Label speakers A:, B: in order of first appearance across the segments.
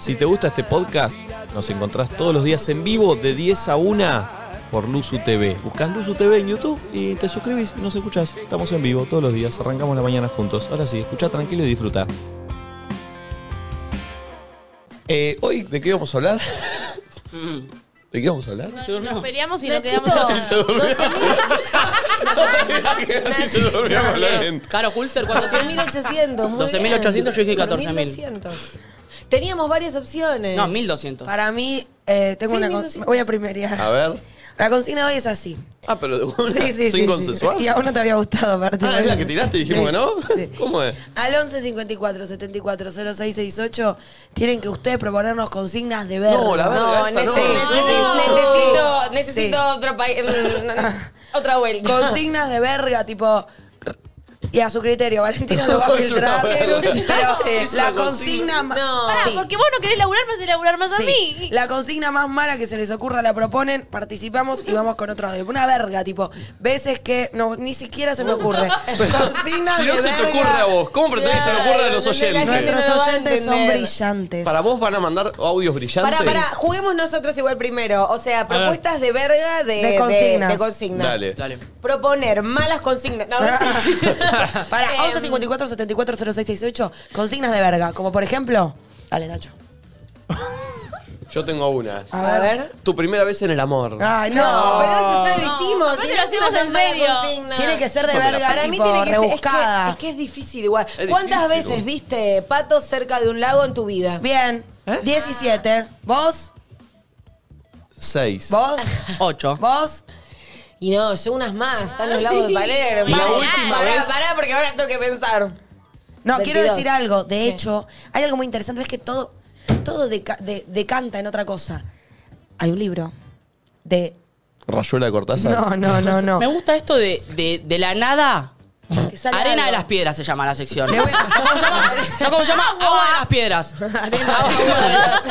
A: Si te gusta este podcast, nos encontrás todos los días en vivo de 10 a 1 por Luzu TV. Buscás Luzu TV en YouTube y te suscribís y nos escuchás. Estamos en vivo todos los días, arrancamos la mañana juntos. Ahora sí, escuchá tranquilo y disfruta. Eh, Hoy, ¿de qué vamos a hablar?
B: Mm.
A: ¿De qué vamos a hablar?
C: Yo no.
D: Nos peleamos y no
C: Nachito.
D: quedamos nada.
A: Se durmió. Se durmió con la lente.
C: Caro Hulser, ¿cuánto tiene?
E: 12.800, muy
C: 12.800, yo dije 14.000.
E: 14.200. Teníamos varias opciones.
C: No, 1.200.
B: Para mí, eh, tengo
E: Sí,
B: una
E: 1200.
B: consigna. Voy a primerear.
A: A ver.
B: La consigna hoy es así.
A: Ah, pero de una,
B: Sí,
A: sin
B: sí, sí,
A: consensuar.
B: sí. Y aún no te había gustado, aparte.
A: Ah, es la que tiraste y dijimos que no.
B: Sí.
A: ¿Cómo es?
B: Al 11 54 74 0668 tienen que ustedes proponernos consignas de verga.
A: No, la verga
E: No,
A: esa no.
E: nece- necesi-
B: No.
E: necesito,
B: Sí.
E: necesito otro país. otra vuelta.
B: Consignas de verga, tipo. Y a su criterio, Valentina lo va a
A: Es una
B: filtrar.
A: verga.
B: Pero
A: Es
B: la
A: una consigna.
B: consigna. ma-
E: No.
D: Pará,
B: Sí.
D: porque vos no querés laburar, me haces laburar más a
B: Sí.
D: mí.
B: La consigna más mala que se les ocurra la proponen, participamos y vamos con otro audio. Una verga, tipo, veces que no, ni siquiera se me ocurre. Consigna
A: Si no
B: de
A: se te
B: verga.
A: ocurre a vos, ¿cómo pretendés que se le ocurre a los
E: Claro,
A: oyentes?
E: no, no, no, no.
B: Nuestros
E: va a
B: oyentes son
E: entender.
B: brillantes.
A: Para vos van a mandar audios brillantes.
E: Pará, pará, juguemos nosotros igual primero. O sea, propuestas de verga de,
B: De consignas.
E: de consigna.
A: Dale.
C: Dale.
E: Proponer malas consignas. No,
B: Para
E: Em.
B: 11 54 74 0668, consignas de verga. Como por ejemplo. Dale, Nacho.
A: Yo tengo una.
B: A
E: a
B: ver.
E: ver.
A: Tu primera vez en el amor.
B: Ay, no.
E: No, pero eso ya lo
D: No,
E: hicimos.
D: aparte
E: y no
D: lo hicimos
E: hacemos
D: en
E: mala
D: serio.
E: consigna.
B: Tiene que ser de verga,
E: Para mí tiene que ser. Es que,
B: rebuscada.
E: es que es difícil igual.
A: Es
E: ¿Cuántas
A: difícil.
E: veces viste patos cerca de un lago en tu vida?
B: Bien. 17. ¿Vos?
A: Seis.
B: ¿Vos?
C: 8.
B: ¿Vos?
E: Y no, yo unas más. Están los lagos de Palermo.
D: Y la
E: Pará,
A: última
E: pará,
A: vez-
E: Pará, porque ahora tengo que pensar.
B: No,
E: 22.
B: quiero decir algo. De hecho, hay algo muy interesante. Es que todo, todo deca- de- decanta en otra cosa. Hay un libro de...
A: Rayuela de Cortázar.
B: No, no, no, no.
C: Me gusta esto de, de, de la nada.
B: Que sale
C: Arena de
B: algo.
C: las piedras se llama la sección.
B: Le voy a-
C: ¿Cómo se llama? No, ¿cómo se llama? Agua de las piedras.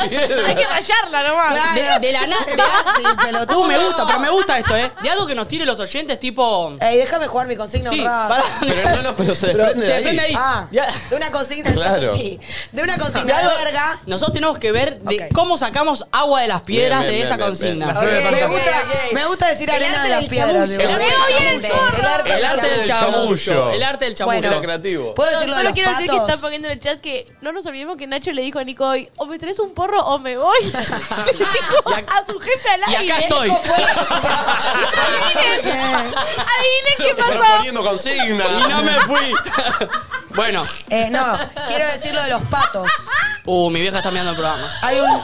D: Hay que rayarla nomás.
C: De, de la nada. Uh, me gusta, pero me gusta esto, ¿eh? De algo que nos tire los oyentes, tipo.
B: Ey, déjame jugar mi consigna
C: Sí,
B: un rato.
C: pará.
A: Pero no, no, pero se
C: Pero
A: desprende
C: se
A: de ahí.
C: desprende ahí.
B: Ah,
C: Ya.
B: de una consigna,
A: Claro.
B: entonces sí. De una
C: De
B: consigna de
C: algo-
B: verga.
C: Nosotros tenemos que ver de
B: Ok.
C: cómo sacamos agua de las piedras
A: Bien,
C: de
A: bien,
C: esa
A: bien,
C: consigna.
A: bien,
B: Ok,
A: bien.
B: me,
E: ok,
B: gusta,
E: ok.
B: me gusta decir
E: El
B: arena
E: arte
B: de las
E: del
B: piedras.
E: chamullo.
B: digo.
D: Lo veo bien el forro.
A: El arte del chamullo.
C: El arte del chamullo.
A: Era creativo.
B: ¿Puedo decir lo de
D: Solo
B: los
D: quiero decir que
B: patos?
D: están poniendo en el chat que no nos olvidemos que Nacho le dijo a Nico hoy, o me traes un porro o me voy. le dijo a su jefe al
C: y
D: aire.
C: acá estoy.
D: Adivinen, adivinen qué pasó.
A: Proponiendo consigna.
C: Y no me fui. bueno.
B: Eh, no, quiero decir lo de los patos.
C: Uh, mi vieja está mirando el programa.
B: Hay un...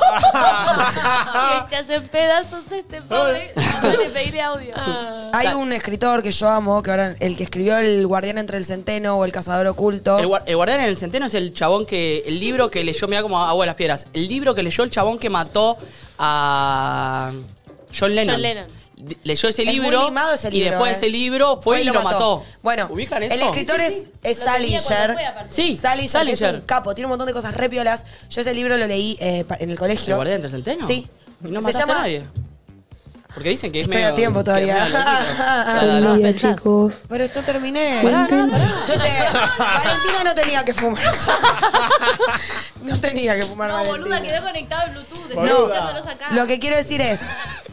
D: Que echas en pedazos este pobre. Le pediré audio.
B: Hay un escritor que yo amo, que ahora el que escribió El guardián entre el centeno o El cazador oculto.
C: El, guar- el guardián en el centeno es el chabón que. El libro que leyó, mirá como agua de las piedras. El libro que leyó el chabón que mató a. John Lennon.
D: John Lennon.
C: D- Leyó ese
B: Es muy
C: libro.
B: limado ese
C: y
B: libro,
C: después
B: eh.
C: de ese libro fue y lo mató.
B: Bueno,
C: ¿Ubican eso?
B: el escritor es, es
D: Lo tenía cuando
B: Salinger.
D: fue, aparte.
C: Sí,
B: Salinger, que es
C: Salinger.
B: un capo, tiene un montón de cosas re piolas. Yo ese libro lo leí eh, pa- en el colegio.
C: ¿El guardián entre el centeno?
B: Sí.
C: Y no
B: Se
C: mataste
B: llama-
C: a nadie. Porque dicen que es
B: Estoy
C: medio-
B: a tiempo
C: que es medio
B: todavía.
C: loquito. Claro,
F: Buen día,
D: pensás.
F: chicos.
B: Pero esto terminé.
F: Cuenten.
B: Che, Valentina no tenía que fumar. no tenía que fumar
D: No,
B: Valentina.
D: boluda, quedó conectado en Bluetooth.
B: No,
D: escuchándonos acá.
B: lo que quiero decir es,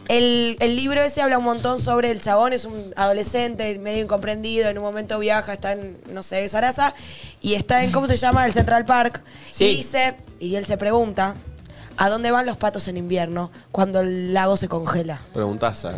B: el, el libro ese habla un montón sobre el chabón, es un adolescente medio incomprendido, en un momento viaja, está en, no sé, Sarasa, y está en, ¿cómo se llama? El Central Park.
C: Sí.
B: Y dice, y él se pregunta, ¿a dónde van los patos en invierno cuando el lago se congela?
A: Preguntaza.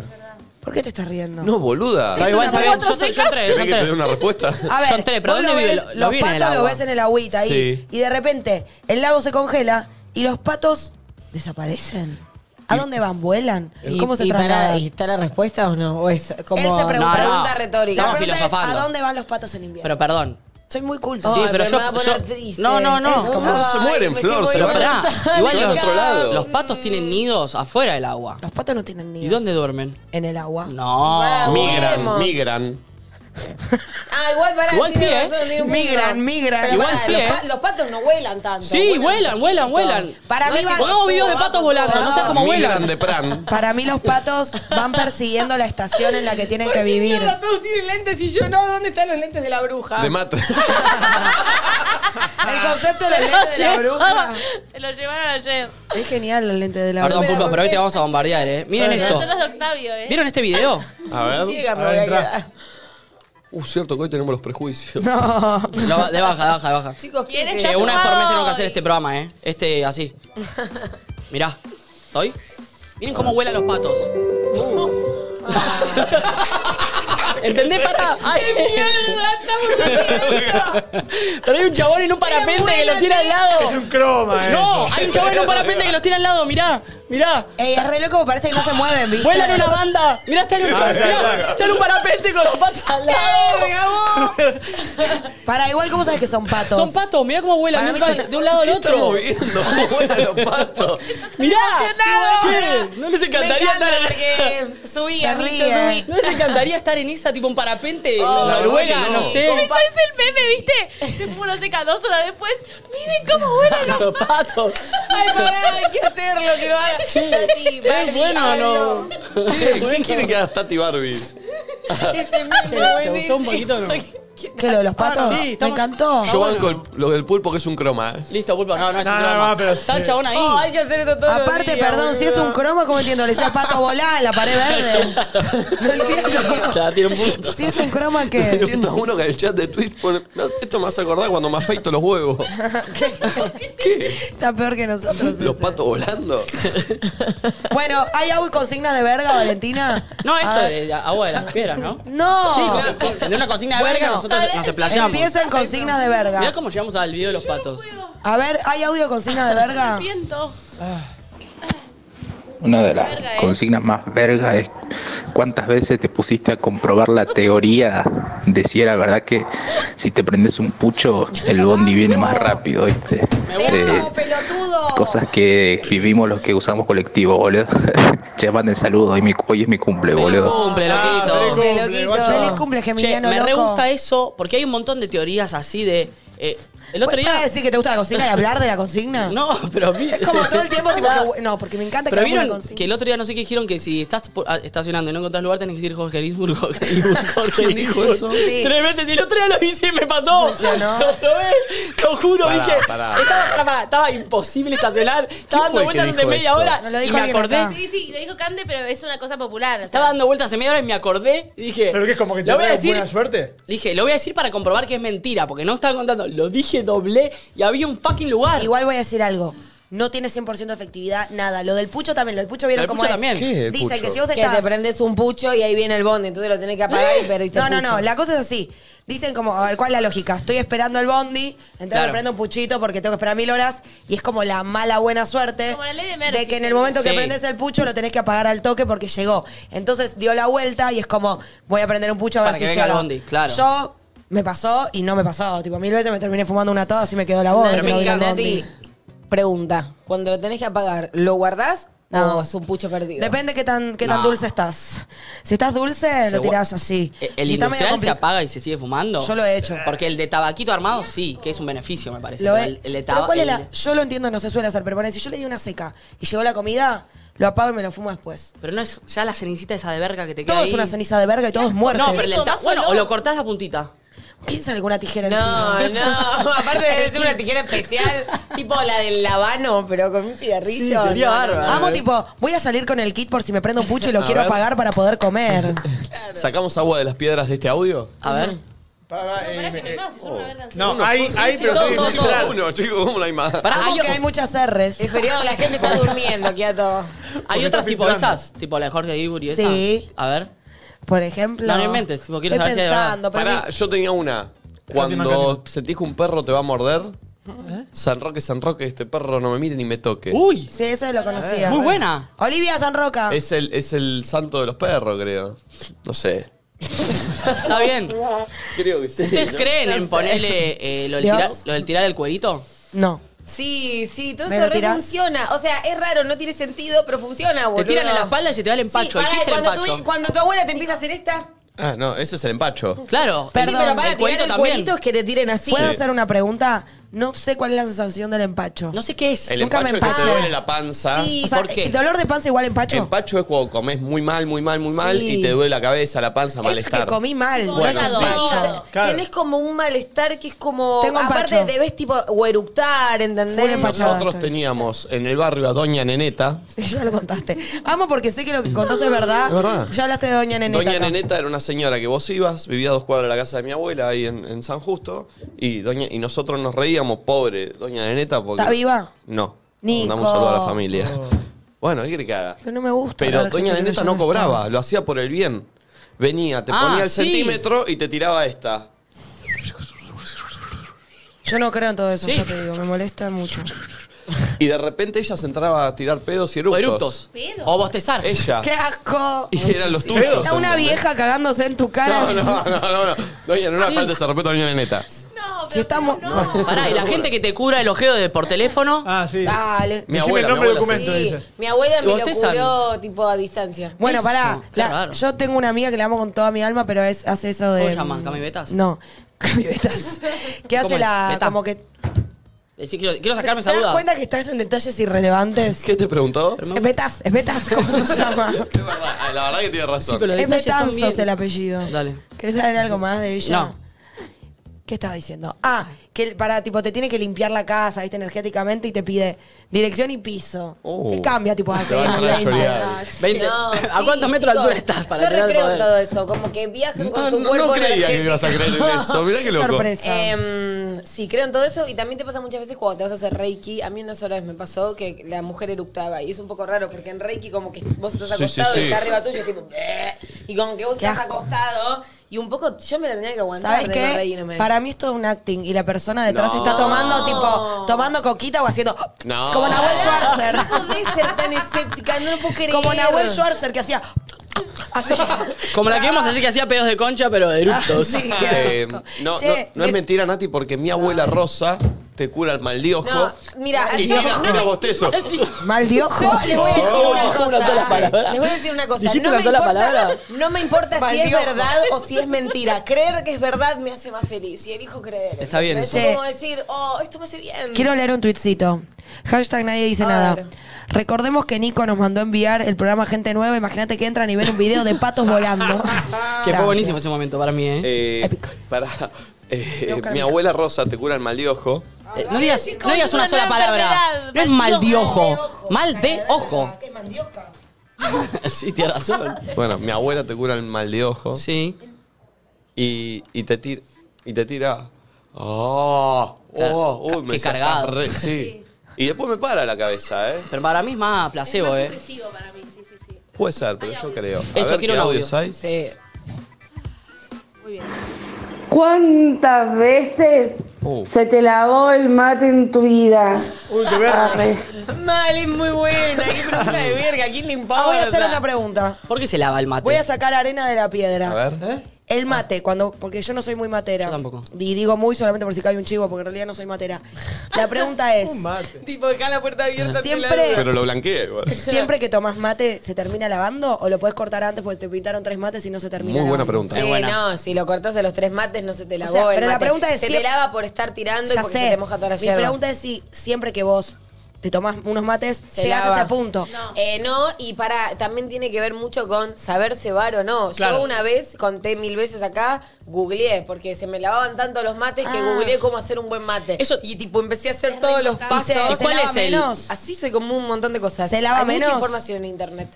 B: ¿Por qué te estás riendo?
A: No, boluda.
C: Da igual, está bien. Yo, soy- yo entré, yo
A: ¿Querés que te dé
C: entré.
A: una respuesta?
B: A ver,
C: Son tres, pero
B: vos
C: ¿dónde
B: lo
C: vive?
B: ves-
C: Lo- lo
B: los
C: vive en el
B: patos lo
C: agua.
B: ves en el agüita ahí,
A: Sí.
B: y de repente el lago se congela y los patos desaparecen. ¿A dónde van? ¿Vuelan? ¿Cómo se
E: y
B: trasladan?
E: para, ¿Y está la respuesta o no? ¿O es como
B: Él se pregunta.
C: No, no.
E: pregunta retórica?
B: La
C: Estamos
B: pregunta es,
C: filosofando.
B: ¿a dónde van los patos en invierno?
C: Pero perdón.
B: Soy muy culto.
C: Sí,
E: Ay,
C: pero
E: pero
C: yo.
E: me va a poner
C: yo-
E: triste.
C: no, no, no.
B: Es como-
A: No, se mueren,
E: me
A: Flor,
E: estoy
A: se
C: Pero
A: lo
E: volviendo loca.
C: pará, igual
A: Al
C: los,
A: otro lado.
C: los patos tienen nidos afuera del agua.
B: Los patos no tienen nidos.
C: ¿Y dónde duermen?
B: En el agua.
C: No.
A: Migran,
E: Volvemos.
A: migran.
E: Ah, igual para
C: Igual sí, ¿eh?
B: Migran, migran.
C: Igual sí,
E: los,
C: ¿eh?
E: pa- los patos no vuelan tanto.
C: Sí, vuelan, vuelan, vuelan.
B: Para
E: No
B: mí
E: es que
B: van-
C: Pongamos videos de patos volando, no sé cómo
A: Migran
C: vuelan.
A: de Pran.
B: Para mí los patos van persiguiendo la estación en la que tienen que vivir.
E: Todos tienen lentes y yo no. ¿Dónde están los lentes de la bruja?
A: De Matra.
B: El concepto de los lentes de la bruja.
D: Se lo llevaron ayer.
B: Es genial los lentes de la
C: Perdón,
B: bruja.
C: Pulpa, pero hoy te vamos a bombardear, ¿eh? Miren
D: Pero
C: esto.
D: son los de Octavio, ¿eh?
C: ¿Vieron este video?
A: A ver.
B: Ciega me
A: a ver,
B: voy a
A: entra.
B: quedar.
A: Uh, cierto que hoy tenemos los prejuicios.
C: No, de baja, de baja, de baja.
E: Chicos, ¿qué
D: ¿Quieren
E: es
C: Che,
D: ya
C: una vez por mes
D: firmado
C: tengo que hacer
D: hoy.
C: este programa, ¿eh? Este, así. Mirá, ¿estoy? Miren cómo vuelan los patos. ¿Entendés? Pará. Ay, Pero hay un chabón en un parapente que lo tira al lado.
A: croma,
C: No, hay un chabón en un parapente que los tira al lado, mirá, mirá.
B: Ey, es re loco, porque parece que no se mueven, ¿viste?
C: Vuelan una banda. Mirá, está en un,
A: Ah,
C: chabón, mirá,
A: claro.
C: está en un parapente con los patos al lado.
B: Para igual, ¿cómo sabes que son patos?
C: Son patos, mirá cómo vuelan
B: Para
C: de un,
B: mí
C: pa-
B: son-
C: de un lado al
A: ¿Qué
C: otro.
A: estamos viendo? ¿Cómo vuelan los patos?
C: Mirá, che,
A: ¿No les
E: Me
A: encantaría
E: encanta
A: estar en
E: porque subí,
B: Se
E: amigo,
B: ríe.
E: subí.
C: ¿No les encantaría estar en esa, tipo un parapente?
A: la
C: en Noruega,
A: verdad que
C: no.
A: no.
D: Me
C: sé.
D: parece el meme, ¿viste? Se fue uno seca dos horas después. Miren cómo vuelan los
C: Los patos.
E: Ay, pará, hay que hacerlo, que va.
C: Che,
E: Tati, Barbie,
C: ¿Es bueno o
E: hablo.
C: no?
A: ¿Qué ¿Quién quiere que haga Tati Barbie?
E: Ese mismo,
C: ¿Te gustó un poquito o no?
B: ¿Qué, lo de los patos?
C: Sí,
B: me
C: estamos-
B: encantó.
A: Yo
C: bueno.
A: banco el- lo del pulpo que es un croma. ¿eh?
C: Listo, pulpo. No, no es un
F: No, no,
C: drama.
F: no, pero
C: Está el
F: sí.
C: chabón ahí.
E: Oh, hay que hacer esto todo
B: Aparte, perdón, si es un croma, ¿cómo entiendo? Le decía pato volá en la pared verde. No entiendo.
C: Ya, tiene un punto.
B: Si es un croma, ¿qué?
A: Entiendo a uno que en el chat de Twitch pone, "Me hace- esto me hace acordar cuando me afeito los huevos. ¿Qué?
B: Está peor que nosotros.
A: ¿Los
B: ese.
A: patos volando?
B: Bueno, ¿hay algo y consignas de verga, Valentina?
C: No, esto
B: Ah,
C: de agua de las piedras, ¿no?
B: No.
C: Sí, con- con- de una consigna de verga
B: Bueno,
C: nosotros nos explayamos.
B: Empiezan consignas de
C: Mirá
B: verga.
C: cómo llegamos al video de los patos.
B: A ver, ¿hay audio de consignas de verga?
D: vientos.
G: Una de las
D: Verga, ¿eh?
G: consignas más verga es cuántas veces te pusiste a comprobar la teoría de si era verdad que si te prendes un pucho el bondi viene más rápido, ¿viste?
B: Te
G: Eh,
B: amo, pelotudo.
G: cosas que vivimos los que usamos colectivo, boludo. Che, manden saludos, hoy, mi, hoy es mi cumple, boludo.
C: Cumple,
F: Ah, feliz
E: Qué
C: loquito.
F: cumple,
E: loquito.
F: guacho.
B: Feliz cumple,
C: Che,
B: Geminiano,
C: me re
B: loco.
C: gusta eso porque hay un montón de teorías así de. eh, el otro
B: ¿Vas a
C: día.
B: decir que te gusta la consigna y hablar de la consigna?
C: No, pero vi.
B: Es como todo el tiempo, tipo que, no, porque me encanta
C: Pero
B: que hagamos una
C: vieron
B: consigna.
C: que el otro día no sé qué dijeron que si estás por- ah, estacionando y no encontrás lugar tenés que decir Jorge Lisburgo. Jorge Lisburgo, Jorge
A: ¿Quién dijo
C: Lisburgo.
A: eso?
B: Sí.
C: Tres veces y el otro día lo hice y me pasó.
B: Funcionó.
C: ¿Lo ves? Te lo juro,
A: Pará,
C: dije.
A: pará.
C: Estaba, pará, pará, estaba imposible estacionar. Estaba
A: fue
C: dando
A: que
C: vueltas hace
A: dijo
C: media
A: eso?
C: hora
B: No, lo
C: y
B: dijo
C: me
B: alguien acá.
C: acordé.
D: Sí, sí, lo dijo Cande, pero es una cosa popular. o sea.
C: Estaba dando vueltas hace media hora y me acordé y dije.
F: ¿Pero qué es como que te
C: lo voy a
F: trae
C: decir-
F: buena suerte?
C: Dije, lo voy a decir para comprobar que es mentira, porque no estaba contando. Lo dije doble y había un fucking lugar.
B: Igual voy a decir algo. No tiene 100% de efectividad, nada. Lo del pucho también, lo del pucho vieron
C: Lo del
B: cómo
C: pucho
B: es.
C: también.
A: ¿Qué es el
B: Dicen
A: pucho?
B: que si vos
E: Que te
B: estás...
E: prendes un pucho y ahí viene el bondi, entonces lo tenés que apagar y perdiste
B: ¿Eh? No,
E: el
B: no,
E: pucho.
B: no. La cosa es así. Dicen como, a ver, ¿cuál es la lógica? Estoy esperando el bondi, entonces
C: Claro.
B: me prendo un puchito porque tengo que esperar mil horas y es como la mala buena suerte
D: Como la ley de Murphy.
B: que en el momento que
C: Sí.
B: prendes el pucho lo tenés que apagar al toque porque llegó. Entonces dio la vuelta y es como, voy a prender un pucho a ver
C: Para
B: si
C: que venga el
B: llega.
C: bondi, claro.
B: Yo me pasó y no me pasó. Tipo, mil veces me terminé fumando una toda y me quedó la voz.
E: Nati,
B: de que no vino el bondi.
E: Nati, pregunta. Cuando lo tenés que apagar, ¿lo guardás
B: No.
E: o es un pucho perdido?
B: Depende qué tan, qué tan
C: No.
B: dulce estás. Si estás dulce,
C: Se
B: lo
C: gua-
B: tirás así.
C: ¿El- E- ¿El
B: Si está medio
C: industrial se
B: compli-
C: apaga y se sigue fumando?
B: Yo lo he hecho.
C: Porque el de tabaquito armado sí, que es un beneficio, me parece.
B: Lo
C: pero
B: he-
C: el, el de
B: Pero
C: tabaco.
B: ¿cuál es la- Yo lo entiendo, no se suele hacer, pero ponele, si yo le di una seca y llegó la comida, lo apago y me lo fumo después.
C: Pero no es ya la cenicita esa de verga que te queda.
B: Todo
C: ahí.
B: es una ceniza de verga y todo es muerte.
C: No, pero el del ta-
D: Más
C: Bueno, o
D: olor.
C: lo cortás la puntita.
B: ¿Quién sale con una tijera
E: No,
B: encima?
E: no. Aparte debe ser una tijera especial, tipo la del habano, pero con un cigarrillo.
C: Sí, sería
E: No, no,
C: bárbaro.
E: no.
B: Amo, tipo, voy a salir con el kit por si me prendo un pucho y lo quiero
A: ver.
B: pagar para poder comer.
A: ¿Sacamos agua de las piedras de este audio?
C: A ver.
F: Pará, pará,
D: No,
F: eh,
D: pará,
F: me-
D: que no hay
F: eh,
D: más, si son una verga.
F: No, hay, hay, pero
C: todo,
F: estoy
C: todo,
F: diciendo-
C: todo.
A: Uno, chicos, ¿cómo no hay más?
C: Pará,
B: Amo
C: hay,
B: que hay muchas R's.
E: Es feriado, la gente está durmiendo, quieto.
C: hay
F: Porque
C: otras
F: está
C: tipo
F: filtrando.
C: esas, tipo la de Jorge Gibur y esa.
B: Sí.
C: A ver.
B: Por ejemplo.
C: No, no inventes, tipo, quiero
B: Estoy
C: saber si hay
B: pensando, pero
A: Pará, yo tenía una. Cuando sentís que un perro te va a morder, San Roque, San Roque, este perro no me mire ni me toque.
C: Uy.
B: Sí, eso lo conocía.
C: Muy buena.
B: Olivia San Roca.
A: Es el, es el santo de los perros, creo. No sé.
C: Está bien.
A: Creo que sí.
C: ¿Ustedes
A: ¿no?
C: creen en ponerle eh, lo, del
B: Dios.
C: tirar, lo del tirar el cuerito?
B: No.
E: Sí, sí, todo
B: ¿Me
E: eso
B: lo tirás?
E: refunciona. O sea, es raro, no tiene sentido, pero funciona, boludo.
C: Te tiran en la espalda y se te va el
E: Sí,
C: empacho. ¿Y
E: pará,
C: qué es el
E: cuando,
C: empacho?
E: Tu, cuando tu abuela te empieza a hacer esta.
A: Ah, no, ese es el empacho.
C: Claro.
B: Perdón,
E: sí, pero para
C: el
E: tirar
C: cuerito
E: el
C: también.
E: cuerito es que te tiren así.
B: ¿Puedo hacer una pregunta? no sé cuál es la sensación del empacho.
C: No sé qué es.
A: El
B: Nunca
A: empacho
B: me
A: es que te
B: empacho.
A: duele la panza.
B: O sea,
C: ¿por qué?
B: ¿el dolor de panza igual empacho?
A: Empacho es cuando comes muy mal, muy mal, muy mal
B: Sí.
A: y te duele la cabeza, la panza,
B: Eso es
A: malestar.
B: que comí mal, no
A: Bueno,
B: es
A: sí.
B: empacho.
F: Claro.
E: Tenés como un malestar que es como.
B: Tengo
E: aparte
B: empacho.
E: debes tipo o eructar,
B: Full
E: ¿entendés?
B: empacho.
A: Nosotros teníamos en el barrio a Doña Neneta.
B: Ya lo contaste. Amo porque sé que lo que contaste es verdad.
A: Es verdad.
B: Ya hablaste de Doña Neneta.
A: Doña
B: acá.
A: Neneta era una señora que vos ibas, vivía a dos cuadras de la casa de mi abuela ahí en, en San Justo, y doña y nosotros nos reíamos, pobre Doña Neneta, porque.
B: ¿Está viva?
A: No.
B: Nico. Oh.
A: Mandamos un saludo a la familia. Bueno, ¿qué quiere que haga?
B: Pero no me gusta.
A: Pero
B: hablar de
A: Doña
B: gente que
A: Neneta
B: yo
A: no cobraba,
B: estaba.
A: lo hacía por el bien. Venía, te
C: Ah,
A: ponía el
C: sí.
A: centímetro y te tiraba esta.
B: Yo no creo en todo eso, ya te digo. Me molesta mucho.
A: Y de repente ella se entraba a tirar pedos y
C: O
A: eructos.
C: eructos.
D: Pedo.
C: O bostezar.
A: Ella.
B: ¡Qué asco!
A: Ah. Y eran los tuyos.
B: Está una
A: ¿entendés?
B: vieja cagándose en tu cara.
A: No, no, no, no, no. Doña, no era falta ese respeto a Doña Neneta.
D: No, pero
B: Si estamos-
D: no.
C: Pará, y la gente que te cura el ojeo de, por teléfono.
F: Ah, sí.
B: Dale.
A: Mi
F: Decime
A: abuela,
F: el nombre
A: mi
F: del
A: abuela
F: documento, dice.
E: Mi abuela
C: ¿Y
E: me lo
C: vos te
E: cubrió tipo a distancia.
B: Bueno,
C: Eso,
B: pará.
C: qué
B: La-
C: raro.
B: yo tengo una amiga que la amo con toda mi alma, pero es, hace eso de.
C: ¿Cómo se llama? ¿Camibetas?
B: No. Camibetas. ¿Qué
C: ¿Cómo
B: hace
C: es?
B: la.
C: Betá.
B: Como que.
C: Decí, eh, quiero, quiero
B: ¿Te
C: sacarme esa
B: das
C: duda.
B: cuenta que estás en detalles irrelevantes?
A: ¿Qué te preguntó?
B: Es Betas, es Betas, ¿cómo se llama?
A: Es verdad, ah, la verdad que tiene razón.
C: pero los
B: Es
C: detalles son
B: Betanzos
C: bien-
B: el apellido.
C: Dale.
B: ¿Querés saber algo más de ella?
C: No.
B: ¿Qué estaba diciendo? Ah, que el- para, tipo, te tiene que limpiar la casa, viste, energéticamente y te pide dirección y piso.
A: Oh.
B: Y cambia, tipo, ah,
A: Te va a entrar a llorar.
C: 20.
E: No,
C: ¿A
E: sí,
C: cuántos metros de
E: chicos,
C: altura estás para
E: Yo
C: tener el
E: recreo en
C: poder?
E: todo eso, como que viajan con
A: Ah,
E: su
A: no,
E: cuerpo
A: no creía que
E: energético.
A: ibas a creer en eso. Mirá qué loco.
B: sorpresa.
E: Em, sí, creo en todo eso y también te pasa muchas veces cuando te vas a hacer Reiki. A mí una sola vez me pasó que la mujer eructaba y es un poco raro porque en Reiki como que vos estás
A: Sí, sí,
E: acostado
A: sí.
E: y está arriba tuyo tipo "Bleh", y como que vos
B: Qué
E: estás
B: asco.
E: acostado y un poco yo me la tenía que aguantar
B: ¿Sabes
E: de no
B: qué?
E: reírme.
B: Para mí esto es un acting y la persona detrás
A: No.
B: está tomando, tipo, tomando coquita o haciendo.
A: No.
B: Como Nahuel Schwarzer.
E: No podés ser tan escéptica, no lo puedo creer.
B: Como Nahuel Schwarzer que hacía. Así.
C: Como la que vimos ayer que hacía pedos de concha, pero de eructos.
E: Ah,
B: Sí,
A: Eh,
B: qué asco.
A: no,
B: Che,
A: no- no es
B: me-
A: mentira, Nati, porque mi abuela Rosa te cura el mal de ojo.
E: No, mira,
A: y
E: yo-
A: tira,
E: no
A: tira
E: me-
A: bostezo.
B: Mal de ojo.
E: Yo les voy a decir
C: Oh,
E: una
C: una
E: cosa.
C: sola palabra.
E: Les voy a decir una cosa.
C: ¿Dijiste
E: no
C: una
E: me
C: sola
E: importa,
C: palabra?
E: No me importa si es
B: Maldiojo.
E: verdad o si es mentira. Creer que es verdad me hace más feliz y elijo creer.
C: Está bien
E: Es
B: eso.
E: como decir, oh, esto me hace bien.
B: Quiero leer un tuitcito. Hashtag nadie dice
E: A
B: nada.
E: ver.
B: Recordemos que Nico nos mandó enviar el programa Gente Nueva. Imagínate que entran y ven un video de patos volando.
C: Che,
E: Ah,
B: Gracias.
C: fue buenísimo ese momento para mí, ¿eh?
A: Eh,
B: Épico.
A: Pará. Eh,
B: No, carajo.
A: mi abuela Rosa te cura el mal de ojo.
C: Eh, no digas,
D: Chicos,
C: no digas una
D: es
C: sola
D: una
C: palabra.
D: enfermedad.
C: No es mal de ojo. Mal de ojo.
B: ¿Qué mandioca?
C: Sí, tienes razón.
A: Bueno, mi abuela te cura el mal de ojo.
C: Sí.
A: Y, y te tira. Y te tira. Oh, oh,
C: Ca-
A: uy, me
C: qué
A: sacás
C: cargado.
A: re- sí. Y después me para la cabeza, ¿eh?
C: Pero para mí es más
D: Es
C: placebo,
D: más
C: ¿eh?
D: sugestivo para mí, sí, sí, sí.
A: Puede ser, pero yo creo. A
C: Eso,
A: ver
C: quiero
A: qué
C: un audio.
A: audios hay.
E: Sí.
H: ¿Cuántas veces
A: Uh.
H: se te lavó el mate en tu vida?
F: Uy, qué verga.
H: Arre.
E: Mal, es muy buena. Qué pregunta de verga. ¿Quién le importa?
B: Ah, voy a hacer una pregunta.
C: ¿Por qué se lava el mate?
B: Voy a sacar arena de la
A: A
B: piedra.
A: ver.
B: El mate, cuando. Porque yo no soy muy matera.
C: Yo tampoco.
B: Y digo muy solamente por si cae un chivo, porque en realidad no soy matera. La pregunta es:
F: Un mate.
E: Tipo, dejá la puerta abierta.
B: Siempre-
A: Pero lo blanqueé igual.
B: ¿siempre que tomas mate se termina lavando o lo podés cortar antes porque te pintaron tres mates y no se termina?
A: Muy buena
B: lavando?
A: pregunta.
E: Sí,
C: Es buena.
E: no, si lo cortas a los tres mates no se te lavó
B: sea,
E: el
B: pero la
E: mate.
B: pregunta es
E: Se
B: si-
E: te lava por estar tirando y
B: Ya
E: porque
B: sé.
E: se te moja toda la
B: Mi
E: hierba.
B: pregunta es si siempre que vos te tomás unos mates,
E: Se
B: llegas
E: lava.
B: a ese punto.
E: No. Eh, no, y para, también tiene que ver mucho con saber cebar o no.
F: Claro.
E: Yo una vez, conté mil veces acá, googleé, porque se me lavaban tanto los mates que
B: Ah.
E: googleé cómo hacer un buen mate.
C: Eso-
E: y tipo empecé a hacer todos los
B: ¿Y se,
E: pasos.
B: se
C: ¿Cuál
B: lava
C: es el-
B: menos?
E: Así soy como un montón de cosas.
B: ¿Se lava
E: Hay
B: menos?
E: mucha información en internet.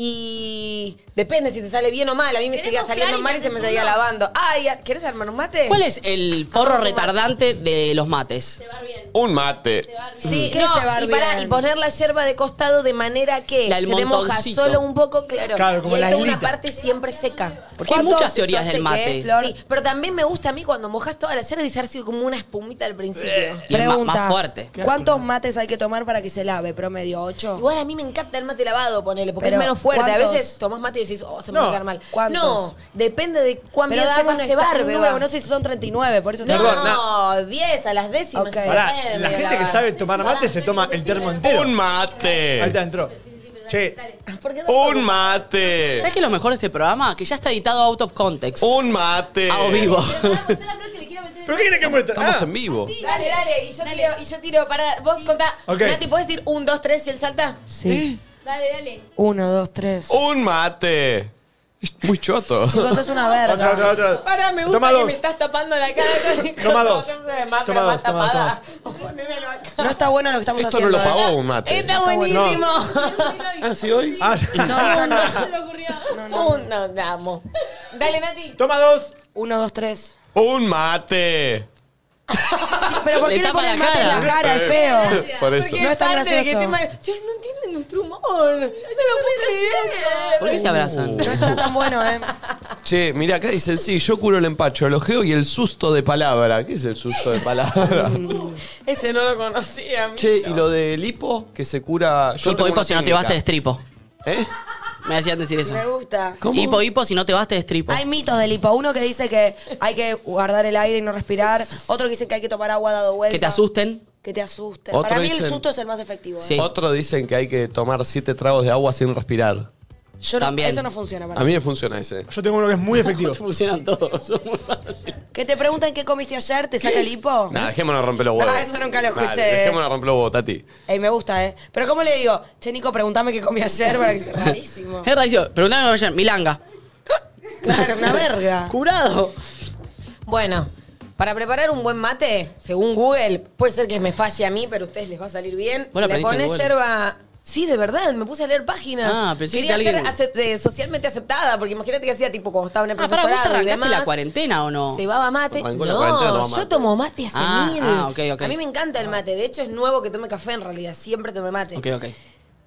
E: Y depende si te sale bien o mal. A mí me
D: Tenemos
E: seguía saliendo
D: Clarín,
E: mal y se me
D: ¿tenés
E: seguía
D: uno?
E: lavando. Ay, ¿querés armar un mate?
C: ¿Cuál es el forro retardante de los mates?
D: Te va bien.
A: Un mate.
D: Te va bien.
E: Sí,
B: ¿Qué
E: no,
B: se va
E: y, pará,
B: bien?
E: y poner la hierba de costado de manera que
C: La del
E: se te moja
C: montoncito.
E: solo un poco, claro.
F: Claro, como
E: y
F: la
E: hay toda una
F: islita.
E: parte siempre seca.
C: Porque hay
B: ¿Cuánto
C: muchas
B: se
C: teorías
E: Eso
C: del
E: hace
C: mate.
E: que- sí, pero también me gusta a mí cuando mojas toda la hierba y se hace como una espumita al principio.
F: Eh.
C: Y es más- más fuerte.
B: ¿Cuántos mates hay que tomar para que se lave? Promedio, ¿8?
E: Igual a mí me encanta el mate lavado, ponele, porque
B: Pero,
E: es menos
B: ¿cuántos?
E: fuerte. A veces tomás mate y decís, oh, se me
F: No,
E: va a quedar mal.
B: ¿cuántos?
E: No, depende de cuán bien
B: dame
E: sepas
B: un,
E: cebar,
B: esta- un
E: beba.
B: número, no sé si son 39, por eso te
F: Perdón,
E: No, 10 a las décimas.
B: Ok.
E: se
F: Pará,
E: puede
F: la gente que
E: lavar.
F: sabe tomar mate se toma el termo entero.
A: Un
F: Ahí está,
A: mate.
F: entró. Che,
E: ¿Por qué no-
A: Un mate.
C: ¿Sabes qué es lo mejor de este programa? Que ya está editado out of context.
A: Un mate.
C: A o vivo.
D: Pero te la- yo la creo que le quiero meter
F: ¿Pero qué querés que muestre?
A: Estamos
F: Ah,
A: en vivo.
E: Dale, dale, y yo tiro, y yo tiro, para, vos contá.
F: Ok.
E: Nati, ¿puedes decir un, dos, tres y él salta?
B: Sí.
D: Dale, dale.
B: Uno, dos, tres.
A: ¡Un mate! Es muy choto.
B: Chicos, es una
F: Otra, otra,
B: verga.
F: otra.
E: Pará, me gusta
F: Toma
E: que
F: dos.
E: me estás tapando la cara. con-
F: Toma
E: con-
F: dos.
E: con- más-
F: Toma
E: más
F: dos, toma dos,
E: tapada. Ponémelo acá.
B: No está bueno lo que estamos
A: Esto no
B: haciendo.
A: lo
B: ¿eh?
A: pagó un mate.
C: Este
E: Está buenísimo.
A: ¿Ah, sí hoy?
F: Ah, ya.
B: No, no, no.
D: Se me ocurrió.
E: Un, no, te amo. Dale, Nati.
F: Toma dos.
B: Uno, dos, tres.
A: ¡Un mate!
B: Pero ¿por
C: Le
B: qué le
C: tapa
B: ponen
C: la
B: mate en la
C: cara.
B: cara? Es feo.
A: Por eso.
E: Porque
B: No es tan
E: parte de que
B: gracioso.
E: te mal- Yo no entiendo nuestro humor. No lo puedo creer.
C: ¿Por qué se abrazan?
B: No está tan bueno, ¿eh?
A: Che, mira, acá dicen, sí, yo curo el empacho, el ojeo y el susto de palabra. ¿Qué es el susto de palabra?
E: Ese no lo conocía.
A: che, y lo del hipo, que se cura... yo
C: Hipo,
A: tengo
C: hipo,
A: una
C: si no te
A: técnica.
C: vas te destripo.
A: ¿Eh?
C: Me hacían decir eso.
E: Me gusta.
A: ¿Cómo?
C: Hipo, hipo, si no te vas te destripo.
B: Hay mitos del hipo. Uno que dice que hay que guardar el aire y no respirar. Otro que dice que hay que tomar agua dado vuelta.
C: Que te asusten.
B: Que te asusten.
A: Otro
B: Para mí
A: dicen-
B: el susto es el más efectivo. ¿eh?
C: Sí.
A: Otro dicen que hay que tomar siete tragos de agua sin respirar.
B: Yo no-
C: También.
B: eso no funciona para
A: A
B: mí.
A: mí me funciona ese.
F: Yo tengo uno que es muy efectivo.
C: Funcionan todos. son muy fáciles.
B: Que te preguntan qué comiste ayer, te saca el
F: Ah.
B: hipo.
A: Nah, dejémonos romper los huevos.
B: Ah, eso nunca lo
A: Nah,
B: escuché.
A: dejémonos romper los huevos, Tati.
B: Ey, me gusta, ¿eh? Pero ¿cómo le digo? Che, Nico, preguntame qué comí ayer para que sea rarísimo.
C: Es rarísimo. Preguntame, oye, Milanga.
B: Claro, una verga.
C: Curado.
E: Bueno, para preparar un buen mate, según Google, puede ser que me falle a mí, pero a ustedes les va a salir bien.
C: Vos la
E: Le
C: aprendiste en
E: pones
C: Google.
E: yerba. Sí, de verdad, me puse a leer páginas.
C: Ah, pensé que
E: Quería ser
C: alguien-
E: acep- eh, socialmente aceptada, porque imagínate que hacía tipo cuando estaba en el
C: Ah, pará, ¿vos
E: profesorado y
C: arrancaste
E: demás.
C: la cuarentena o no?
E: Cebaba mate.
A: Arrancó la cuarentena,
E: No,
A: tomaba mate.
E: yo tomo mate hace
C: Ah,
E: mil.
C: ah, ok, ok.
E: A mí me encanta el mate. De hecho, es nuevo que tome café en realidad. Siempre tomé mate.
C: Ok, ok.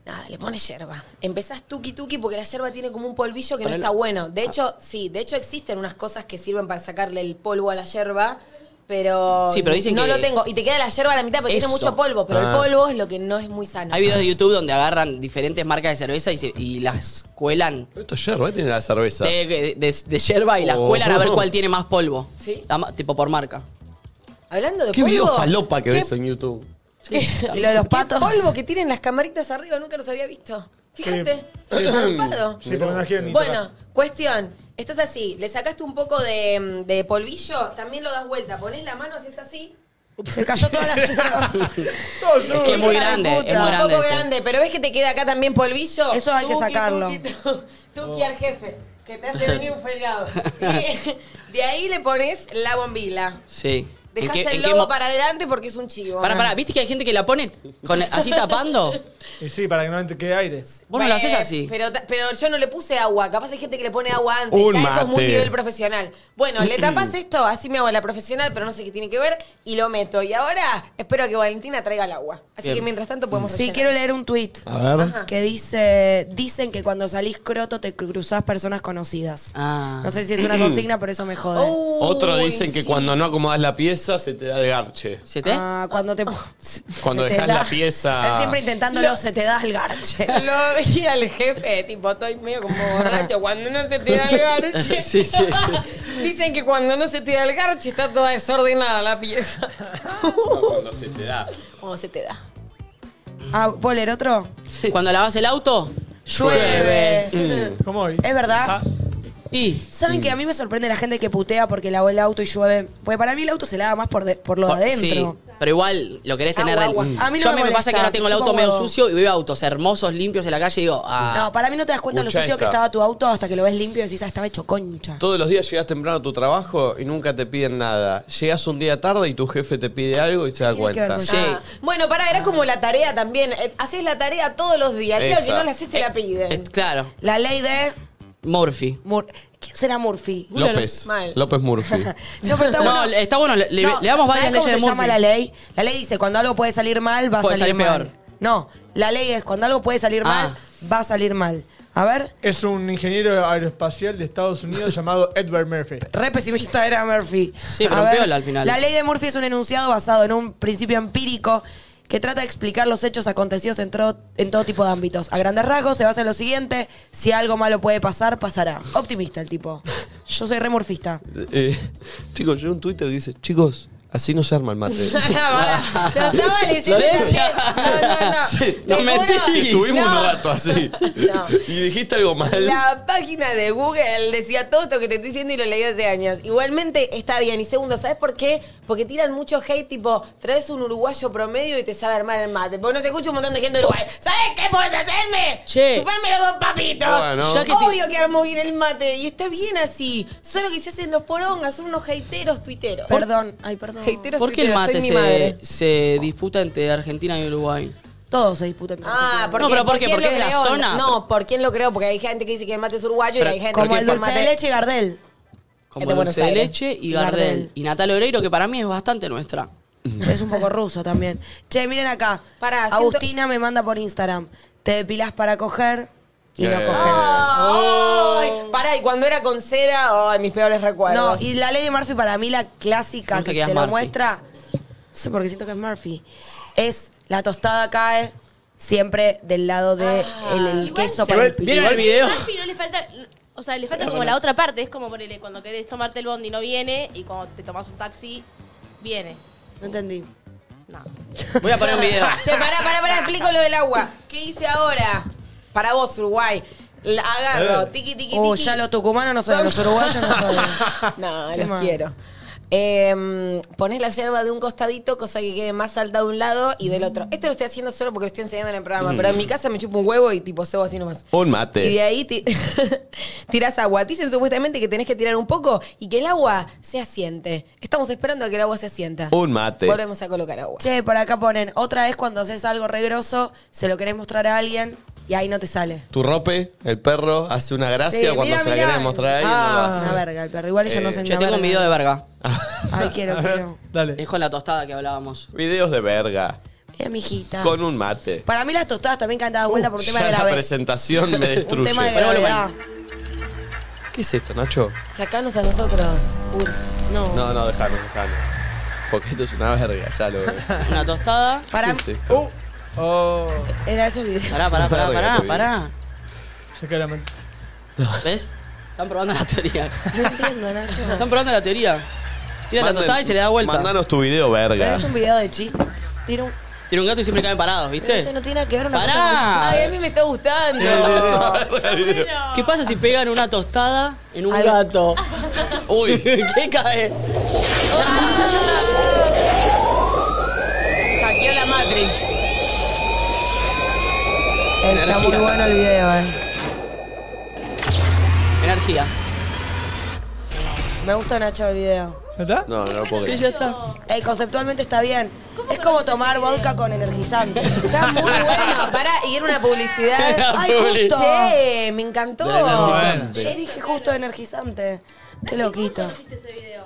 E: Nada, le pones yerba. Empezás tuki tuki porque la yerba tiene como un polvillo que no
C: Ponelo.
E: está bueno. De hecho, sí, de hecho existen unas cosas que sirven para sacarle el polvo a la yerba, pero,
C: Sí, pero dicen
E: no
C: que-
E: lo tengo. Y te queda la yerba a la mitad porque
C: Eso.
E: tiene mucho polvo, pero
A: Ah.
E: el polvo es lo que no es muy sano.
C: Hay videos de YouTube donde agarran diferentes marcas de cerveza y, se- y las cuelan
A: Esto es yerba, ¿eh? tiene la cerveza.
C: de, de- de- de yerba y las
A: Oh.
C: cuelan a ver cuál tiene más polvo.
E: Sí.
C: La ma- tipo por marca.
E: Hablando de
A: ¿Qué
E: polvo.
A: video falopa que
E: ¿qué
A: ves en YouTube?
B: Y lo de los patos.
E: polvo que tienen las camaritas arriba? Nunca los había visto. Fíjate. zarpado.
F: Sí, porque no quiero ni
E: Bueno, cuestión. Estás así, le sacaste un poco de, mm, de polvillo, también lo das vuelta, pones la mano, haces así,
B: Se cayó toda la yerba.
F: tocar. No,
C: Es que es muy
E: Hija de
C: grande,
E: puta.
C: es muy grande.
E: Un poco
C: este.
E: grande, pero ves que te queda acá también polvillo.
B: Eso hay que
E: Tuqui,
B: sacarlo.
E: tuqui, tu- Tuqui al jefe, que te hace venir un feriado. Y de ahí le pones la bombila.
C: Sí.
E: Dejas
C: ¿En qué- en
E: el
C: qué
E: lobo
C: mo-
E: para adelante porque es un chivo.
C: Pará, pará, ¿viste que hay gente que la pone con- así tapando?
F: Y sí, para que no te quede aire.
C: Vos no lo haces
E: Eh,
C: así.
E: Pero, ta- pero yo no le puse agua. Capaz hay gente que le pone agua antes.
A: Un
E: ya eso es muy
A: mate. Mm.
E: nivel profesional. Bueno, le tapas esto, así me hago la profesional, pero no sé qué tiene que ver, y lo meto. Y ahora espero que Valentina traiga el agua. Así
C: Bien.
E: que mientras tanto podemos
B: Sí,
E: rellenar.
B: quiero leer un tuit.
A: A ver.
E: Ajá.
B: Que dice, dicen que cuando salís croto te cru- cruzás personas conocidas.
C: Ah. Oh,
B: No sé si es
A: Mm.
B: una consigna, pero eso me jode.
E: Uy,
A: Otro dicen que
E: sí.
A: cuando no acomodas la pieza se te da el garche.
C: ¿Se te?
B: Ah, cuando te
C: Oh.
A: Cuando
B: se te
A: dejás la
B: da-
A: pieza-
B: Siempre intentándolo, se te da el garche.
E: Lo vi al jefe, tipo, estoy medio como borracho. Cuando no se tira el garche.
C: Sí, sí,
E: Dicen que cuando no se tira el garche está toda desordenada la pieza.
A: Cuando se te da.
E: ¿Cómo se te da?
B: Ah, ¿puedo leer otro?
C: Cuando lavas el auto,
A: Mm.
F: ¿Cómo hoy?
B: Es
A: Ah.
B: verdad.
C: y
B: ¿Saben que a mí me sorprende la gente que putea porque lavó el auto y llueve? Porque para mí el auto se lava más por, de- por lo de adentro.
C: Sí, pero igual lo querés tener
B: Agua,
C: del-
B: agua. A mí no
C: Yo
B: me
C: me, pasa
B: molesta,
C: que ahora tengo el
B: me
C: auto
B: chupa
C: medio
B: huevo.
C: sucio y veo autos hermosos, limpios en la calle y digo, ah,
B: No, para mí no te das cuenta lo
A: Escuchá
B: sucio que
A: esta.
B: estaba tu auto hasta que lo ves limpio y decís, ah, estaba hecho concha.
A: Todos los días llegas temprano a tu trabajo y nunca te piden nada. Llegas un día tarde y tu jefe te pide algo y se da
B: Tiene que ver
A: cuenta.
B: con-
C: sí.
E: Ah, bueno, pará, era como la tarea también. Eh, Haces la tarea todos los días. El día
A: Esa.
E: que no la haces te
C: Eh,
E: la piden.
C: Es- claro,
B: La ley de...
C: Murphy.
B: Mur- ¿Quién será Murphy?
A: López.
E: Mal.
A: López Murphy.
B: No, pero
C: No, está bueno, le, le-
B: No,
C: le damos varias
B: ¿sabés cómo
C: leyes de
B: se llama
C: Murphy.
B: la ley? La ley dice, cuando algo puede salir mal, va a
C: Puede
B: salir,
C: salir
B: mal.
C: peor. Ah.
B: No, la ley es, cuando algo puede salir mal, va a salir mal. A ver,
F: Es un ingeniero aeroespacial de Estados Unidos llamado Edward Murphy.
B: re pesimista era Murphy.
C: Sí, pero
B: A ver,
C: piola al final.
B: La ley de Murphy es un enunciado basado en un principio empírico que trata de explicar los hechos acontecidos en, tro- en todo tipo de ámbitos. A grandes rasgos se basa en lo siguiente, si algo malo puede pasar, pasará. Optimista el tipo. Yo soy re murfista.
A: Eh, chicos, llega un Twitter que dice, chicos, Así no se arma el mate.
E: Pará, Trataba de decirme
C: Florencia.
E: también. No, no, no.
A: Sí,
C: no
E: Te juro,
C: mentí.
A: Estuvimos
E: no.
A: un rato así.
E: No.
A: Y dijiste algo mal.
E: La página de Google decía todo esto que te estoy diciendo y lo leí hace años. Igualmente está bien. Y segundo, ¿sabes por qué? Porque tiran mucho hate, tipo, traes un uruguayo promedio y te sabe armar el mate. Porque no se escucha un montón de gente de Uruguay. ¿Sabes qué podés hacerme?
C: Che.
E: Chuparme los dos papitos.
A: Bueno. Ya
C: que te-
E: Obvio que armo bien el mate. Y está bien así. Solo que se hacen los porongas, son unos hateros tuiteros.
B: Perdón, ay, perdón.
E: Hateros
C: ¿Por qué el
E: tuiteros, soy
C: mate
E: mi madre.
C: se, se disputa entre Argentina y Uruguay?
B: Todos se disputan. con
E: Ah,
B: Argentina.
E: ¿por
C: No,
E: qué?
C: pero ¿por qué?
E: quién
C: ¿Porque
E: lo
C: es la
E: creó?
C: zona?
E: No, ¿por quién lo creo? Porque hay gente que dice que el mate es uruguayo
C: Pero-
E: y hay gente
B: Como
E: que
B: el
E: por
B: dulce de
E: mate-
B: leche y Gardel.
E: Es
C: Como
E: de Buenos
C: Dulce de
E: Aires.
C: Leche y
B: Y
C: Gardel.
B: Gardel.
C: Y Natalia Oreiro, que para mí es bastante nuestra.
B: Es un poco ruso también. Che, miren acá.
E: Pará, siento-
B: Agustina me manda por Instagram. Te depilás para coger y no
A: Eh.
B: coges. Uh,
E: Ay, pará, y cuando era con cera, ay, mis peores
B: Oh.
E: recuerdos.
B: No, y la ley de Murphy para mí, la clásica
C: Nunca
B: que
C: quedas
B: te lo
C: Murphy.
B: muestra, no sé por qué siento que es Murphy, es la tostada cae siempre del lado del de
E: Ah,
B: el, el
D: igual
B: queso
D: se-
B: para el
F: Igual-
B: piquito.
C: ¿Vieron el video?
D: Murphy no le falta. O sea, le
F: Ah,
D: falta como la otra parte. Es como ponele, cuando querés tomarte el bondi no viene y cuando te tomas un taxi, viene.
B: No entendí.
C: Voy a poner un video.
E: Che, pará, pará, pará, explico lo del agua. ¿Qué hice ahora? Para vos, Uruguay. La agarro,
F: Eh.
E: tiqui, tiqui, tiqui.
B: Oh, ya los tucumanos no son, los uruguayos no son.
E: No,
B: Qué
E: los
B: mal.
E: quiero. Eh, pones la hierba de un costadito, cosa que quede más alta de un lado y del otro. Esto lo estoy haciendo solo porque lo estoy enseñando en el programa, pero en mi casa me chupo un huevo y tipo sebo así nomás.
A: Un
E: Y de
A: mate.
E: ahí ti- tirás agua. Dicen supuestamente que tenés que tirar un poco y que el agua se asiente. Estamos esperando a que el agua se asienta.
A: Un mate.
E: Volvemos a colocar agua.
B: Che, Eh, por acá ponen, otra vez cuando haces algo regroso, se lo querés mostrar a alguien y ahí no te sale.
A: Tu rope, el perro, hace una gracia
B: Sí,
A: cuando
B: mirá,
A: se la
B: mirá.
A: quiere mostrar a alguien. no lo
B: Ah,
A: hace.
B: una verga, el perro. Igual ellos
A: Eh,
B: no se
C: Yo tengo un video de verga.
B: Ay, quiero, quiero.
F: Dale.
C: Es con la tostada que hablábamos.
A: Videos de verga.
B: Mira, Eh, mijita.
A: Con un mate.
B: Para mí las tostadas también que han dado Ah. vuelta por un tema
A: ya
B: de
A: la
B: gravedad.
A: presentación me
B: Un
A: destruye.
B: tema de
C: Pero bueno,
B: gravedad.
A: ¿Qué es esto, Nacho?
E: Sacanos a nosotros. Uy, no.
A: No, no, déjalo, déjalo. Porque esto es una verga, ya lo veo.
C: Una tostada.
A: ¿Qué
B: Para
A: es esto?
C: Uh,
F: Oh,
B: era eso el video.
C: Pará, pará, pará,
A: Verga,
C: pará,
A: te
C: pará.
F: ya que la man-
C: ¿Ves? Están probando la teoría.
B: No entiendo, Nacho.
C: Están probando la teoría. Tira la
A: Manden-
C: tostada y se le da vuelta.
A: Mandanos tu video,
B: Pero
A: verga.
B: es un video de chiste. Tira un...
C: Tiene un gato y siempre caen parados,
B: Pero
C: ¿viste?
B: eso no tiene nada que ver una
C: Pará.
B: cosa con-
E: Ay, a mí me está gustando.
C: ¿Qué pasa si pegan una tostada en un
B: Al-
C: gato? Uy, ¿qué cae?
E: Hackeó la Matrix.
B: Está muy
C: Energía.
B: bueno el video, eh.
C: Energía.
B: Me gusta Nacho el video.
F: ¿Ya está?
A: No, no lo puedo creer.
C: ya está.
B: Ey, conceptualmente está bien. Es como tomar vodka con energizante.
E: Está muy bueno. Pará, y era una publicidad.
C: Era
E: Ay,
C: publicidad.
E: justo. Che, me encantó.
C: De energizante.
B: Yo dije justo energizante. Qué loquito.
D: ¿Viste ese video?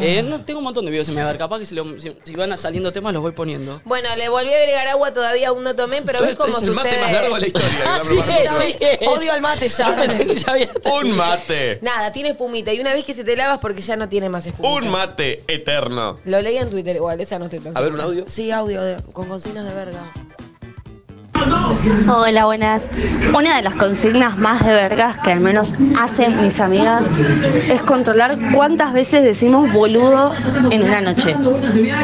C: Eh, no, tengo un montón de videos en mi haber. Capaz que si, lo- si- si van saliendo temas los voy poniendo.
E: Bueno, le volví a agregar agua, todavía aún no tomé, pero ves
A: Este
E: cómo
A: es el mate
E: sucede. Ah,
A: más largo de la historia. que habrá preparado yo.
C: Sí, es.
B: Odio al mate
C: Yo
B: ya.
C: pensé que ya había-
A: Un mate.
E: Nada, tiene espumita. Y una vez que se te lavas, porque ya no tiene más espumita.
A: Un mate eterno.
E: Lo leí en Twitter, igual, esa no estoy tan
A: A ver, un
E: segura.
A: audio.
B: Sí, audio de- con consignas de verga.
I: Hola, buenas. Una de las consignas más de vergas que al menos hacen mis amigas es controlar cuántas veces decimos boludo en una noche.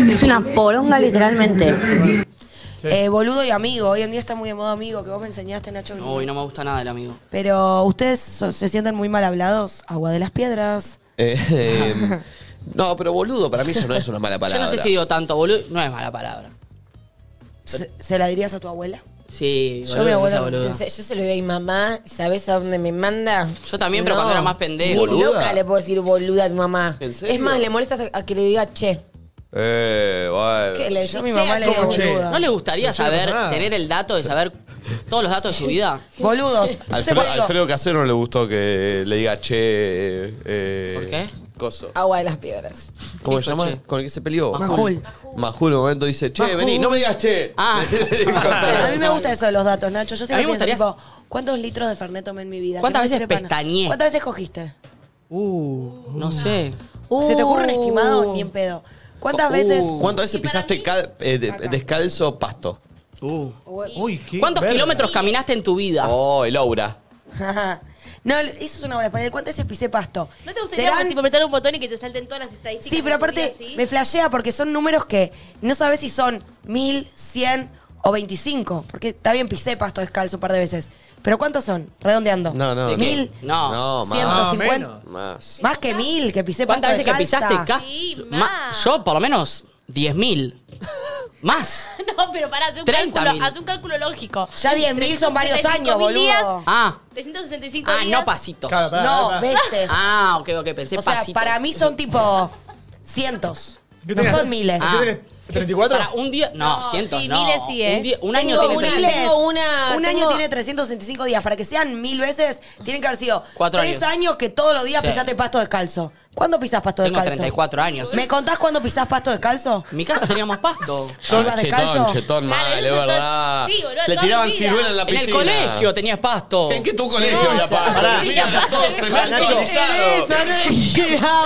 I: Es una poronga literalmente.
F: Sí.
B: Eh, boludo y amigo. Hoy en día está muy de moda amigo, que vos me enseñaste, Nacho.
C: Uy, no me gusta nada el amigo.
B: Pero ustedes so- se sienten muy mal hablados. Agua de las piedras.
A: Eh, eh, no, pero boludo, para mí eso no es una mala palabra.
C: Yo no sé si digo tanto, boludo. No es mala palabra.
B: ¿Se, se la dirías a tu abuela?
C: Sí,
B: Yo
C: boludo,
B: mi abuela-
C: esa boluda.
E: En serio, Yo se lo doy a mi mamá, ¿sabes a dónde me manda?
C: Yo también, pero cuando era más pendejo.
E: Ni loca le puedo decir boluda a mi mamá.
A: ¿En serio?
E: Es más, le molestas a, a que le diga che.
A: Eh, bueno.
E: ¿Qué le decís?
B: Yo a mi
E: che,
B: mamá le digo
E: ¿cómo?
F: che?
B: boluda.
C: ¿No le gustaría saber,
F: nada.
C: tener el dato de saber todos los datos de su vida?
B: Boludos. Yo te
A: Alfredo,
B: digo,
A: Alfredo Casero no le gustó que le diga che. eh, eh,
C: ¿Por qué?
A: Coso.
E: Agua de las piedras.
A: ¿Cómo se
C: Dijo
A: llama?
C: che.
A: Con el que se peleó.
B: Majul.
A: Majul en un momento dice, che, vení, no me digas che.
C: Ah.
A: Le dijo
B: A
A: así.
B: mí me gusta eso de los datos, Nacho. Yo siempre
C: A mí me
B: pienso,
C: gustaría-
B: tipo, ¿cuántos litros de Fernet tomé en mi vida?
C: ¿Cuántas
B: Que no me
C: veces
B: sirve para nada.
C: pestañeé?
B: ¿Cuántas veces cogiste?
C: Uh, no sé.
B: ¿Se te ocurre un
E: Uh.
B: estimado? Ni en pedo. ¿Cuántas
A: Uh,
B: veces?
A: ¿Cuántas veces pisaste cal- eh, de- descalzo pasto?
C: Uh.
F: Uy, qué
C: ¿Cuántos
F: verga.
C: Ah. kilómetros caminaste en tu vida?
A: Oh, el aura.
B: No, eso es una bola. Para el cuántas veces pisé pasto.
D: ¿No te gustaría
B: Serán-
D: tipo, apretar un botón y que te salten todas las estadísticas?
B: Sí, pero
D: de tu vida
B: aparte
D: así?
B: me flashea porque son números que no sabes si son mil, cien o 25. Porque está bien pisé pasto descalzo un par de veces. Pero ¿cuántos son? Redondeando.
A: No, no.
C: ¿De qué?
B: Mil,
C: No.
A: No,
F: Ah,
A: más.
B: 150.
F: menos.
A: Más.
B: Más que mil que pisé pasto
C: ¿Cuántas veces que
B: descalza.
C: pisaste? Ca-
D: Sí,
C: ma-
D: más.
C: Yo, por lo menos, 10.000. más.
D: No, pero pará, haz un,
C: 30.000.
D: cálculo, haz un cálculo lógico.
B: Ya 10.000 son varios años,
D: 365.000 días,
B: boludo.
C: Ah,
D: 365
C: ah
D: días.
C: no pasitos.
F: Claro, pará, pará,
B: No,
F: pará.
B: veces.
C: Ah, ok, ok, pensé
B: o sea,
C: pasitos.
B: para mí son tipo cientos.
F: ¿Qué
B: No
F: tenés?
B: son miles.
F: ¿Qué tenés? ¿34?
C: Ah. Para un día. No,
D: No,
C: cientos,
D: sí,
C: no.
D: miles sí, ¿eh?
C: Un, día- un año
E: Tengo
C: tiene
E: una,
C: tres
B: miles.
E: tengo una.
B: Un año
E: tengo-
B: tiene 365 días. Para que sean mil veces, tienen que haber sido
C: Cuatro
B: tres
C: años.
B: años. que todos los días
C: Sí.
B: pisaste pasto descalzo. ¿Cuándo pisás pasto
C: Tengo
B: descalzo?
C: 34 años.
B: ¿Me contás cuándo pisás pasto descalzo?
C: En mi casa teníamos pasto.
B: Yo iba descalzo.
A: chetón, chetón,
D: Claro,
A: mal, es
D: eso
A: verdad.
D: todo- sí, boludo,
A: Le
D: toda
A: tiraban
D: mi vida.
A: ciruela en la
C: en
A: piscina.
C: el colegio tenías pasto.
A: ¿En qué tu colegio
D: Sí,
A: era
D: sí.
A: pasto?
F: Pará.
A: Mira, está todo cementizado.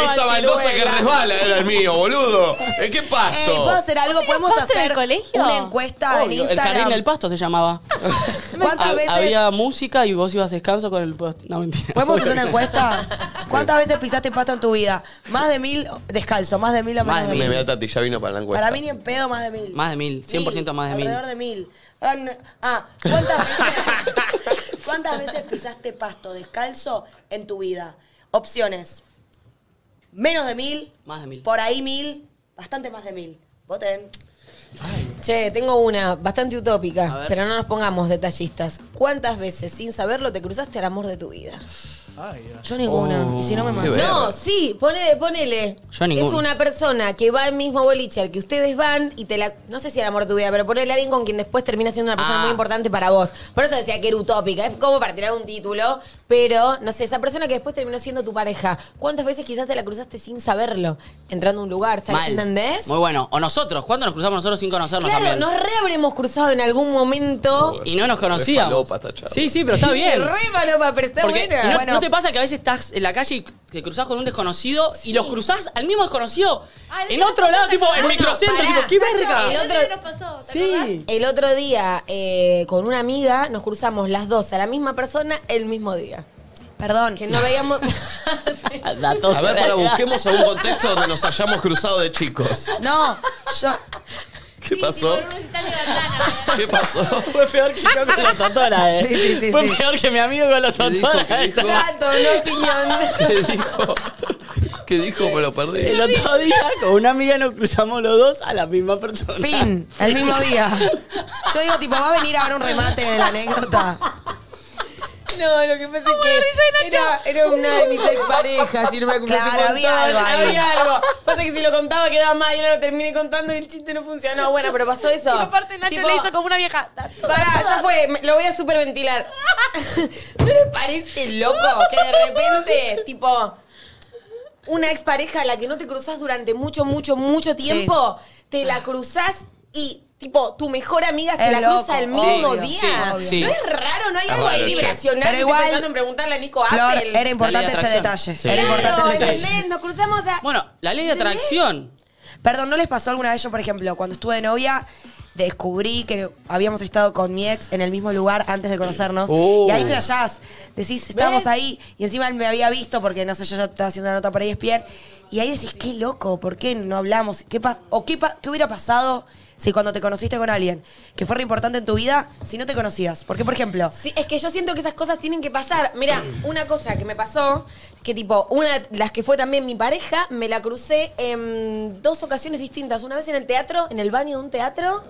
A: Esa baldosa que resbala era el mío, boludo. ¿En qué
B: Ey, Eh,
D: Eh,
B: ¿puedo
A: pasto?
B: hacer algo? ¿Podemos
D: pasto en el
B: hacer
D: colegio?
B: una encuesta en
C: Obvio, el
B: Instagram?
C: jardín del pasto se llamaba.
B: ¿Cuántas
C: Ha-
B: veces
C: Había música y vos ibas descanso con el pasto. No, mentira.
B: podemos hacer una encuesta? ¿Cuántas veces pisaste pasto en tu vida? Más de mil descalzo, más de mil o
C: Más
B: menos
C: de
B: de
A: Me
J: Eh,
B: mil.
A: me da Tati, ya vino para la encuesta.
B: Para mí ni en pedo más de mil.
C: Más de mil, 100% más de mil.
B: Alrededor de mil. Ah, no. Ah, ¿cuántas veces, ¿cuántas veces pisaste pasto descalzo en tu vida? Opciones. Menos de mil.
C: Más de mil.
B: Por ahí mil. Bastante más de mil. Voten.
E: Che, tengo una bastante
C: A
E: utópica,
C: ver.
E: pero no nos pongamos detallistas. ¿cuántas veces sin saberlo te cruzaste al amor de tu vida?
B: Yo ninguna. y si no me
A: Qué
B: mato.
A: ver-
E: No, sí, ponele, ponele.
C: Yo ninguno.
E: es una persona que va al mismo boliche al que ustedes van y te la. No sé si al amor de tu vida, pero ponele a alguien con quien después termina siendo una persona
C: Ah.
E: muy importante para vos. Por eso decía que era utópica, es como para tirar un título, pero no sé, esa persona que después terminó siendo tu pareja, ¿cuántas veces quizás te la cruzaste sin saberlo? Entrando a un lugar, ¿sabes?
C: Mal.
E: ¿Entendés?
C: Muy bueno. O nosotros, ¿cuándo nos cruzamos nosotros sin conocernos
E: Claro,
C: también?
E: nos re habremos cruzado en algún momento.
C: Y no nos conocíamos.
A: Re falopa esta charla.
C: sí, sí, pero está bien.
E: Re palopa, pero está
C: Porque
E: buena.
C: no,
E: Bueno,
C: ¿no te pasa que a veces estás en la calle y que cruzás con un desconocido y los cruzás al mismo desconocido
D: Ah,
C: en
D: no,
C: otro
D: no,
C: lado,
D: no,
C: tipo
D: no,
C: en
D: no,
C: microcentro,
E: pará.
C: tipo, ¡qué verga!
E: El
D: El
E: otro-
D: otro nos pasó, ¿te acordás?
C: Sí.
E: El otro día, eh, con una amiga, nos cruzamos las dos a la misma persona el mismo día.
B: Perdón.
E: Que no veíamos.
C: Datos
A: A ver, para busquemos algún contexto donde nos hayamos cruzado de chicos.
B: No, yo.
A: ¿Qué pasó? ¿Qué pasó?
C: Fue peor que yo con la totora, eh.
B: Sí, sí, sí,
C: Fue
B: sí.
C: peor que mi amigo con la
A: ¿Qué dijo?
C: totora.
A: ¿Qué dijo?
B: Dato, no opinión.
A: ¿Qué dijo? ¿Qué dijo? Me lo perdí.
C: El otro día con una amiga nos cruzamos los dos a la misma persona.
B: Fin. El mismo día. Yo digo, tipo, va a venir ahora un remate de la anécdota.
E: no, lo que pasa es que era, era una de mis exparejas y no me acuerdo.
B: Claro, había algo ahí.
E: Había algo. Pasa que si lo contaba quedaba mal y ahora lo terminé contando y el chiste no funcionó. Bueno, pero pasó eso.
D: Y aparte Nacho
E: Tipo,
D: le hizo como una vieja. Dato.
E: Pará, ya fue, me- lo voy a superventilar. ¿No les parece loco que de repente, tipo, una expareja a la que no te cruzas durante mucho, mucho, mucho tiempo, te la cruzas y, tipo, tu mejor amiga se
B: Es
E: la
B: loco,
E: cruza el
B: obvio,
E: mismo
B: sí,
E: día?
C: obvio.
E: ¿No es raro? ¿No hay algo
A: raro,
E: ahí
A: che.
E: vibracional?
B: Pero
E: que
B: igual-
E: estoy pensando en preguntarle a Nico
B: Flor,
E: Apple.
B: era importante ese
C: atracción.
B: detalle.
A: Sí.
B: Era
E: Claro,
B: importante ese detalle.
E: ¿entendés? Nos cruzamos a...
C: Bueno, la ley de
E: ¿Entendés?
C: atracción.
B: Perdón, ¿no les pasó alguna vez yo, por ejemplo, cuando estuve de novia, descubrí que habíamos estado con mi ex en el mismo lugar antes de conocernos?
A: Oh.
B: Y ahí flashás. Decís, estábamos ahí y encima él me había visto porque, no sé, yo ya estaba haciendo una nota para ESPN. Y ahí decís, qué loco, ¿por qué no hablamos? ¿Qué pas ¿O qué, pa- qué hubiera pasado si cuando te conociste con alguien que fue re importante en tu vida, si no te conocías? Porque, por ejemplo,
E: Sí, es que yo siento que esas cosas tienen que pasar. Mira, una cosa que me pasó, que tipo, una de las que fue también mi pareja, me la crucé en dos ocasiones distintas. Una vez en el teatro, en el baño de un teatro,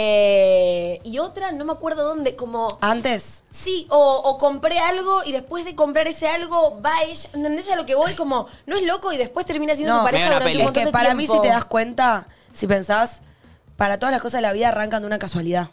E: eh, y otra, no me acuerdo dónde, como...
B: antes...
E: Sí, o, o compré algo y después de comprar ese algo va ella. ¿Entendés a lo que voy? Como, no es loco y después termina siendo tu pareja
C: Medio una
E: durante
C: peli.
E: un
B: Es
E: montón
B: que
E: de
B: para mí,
E: tiempo.
B: si te das cuenta, si pensás, para todas las cosas de la vida arrancan de una casualidad.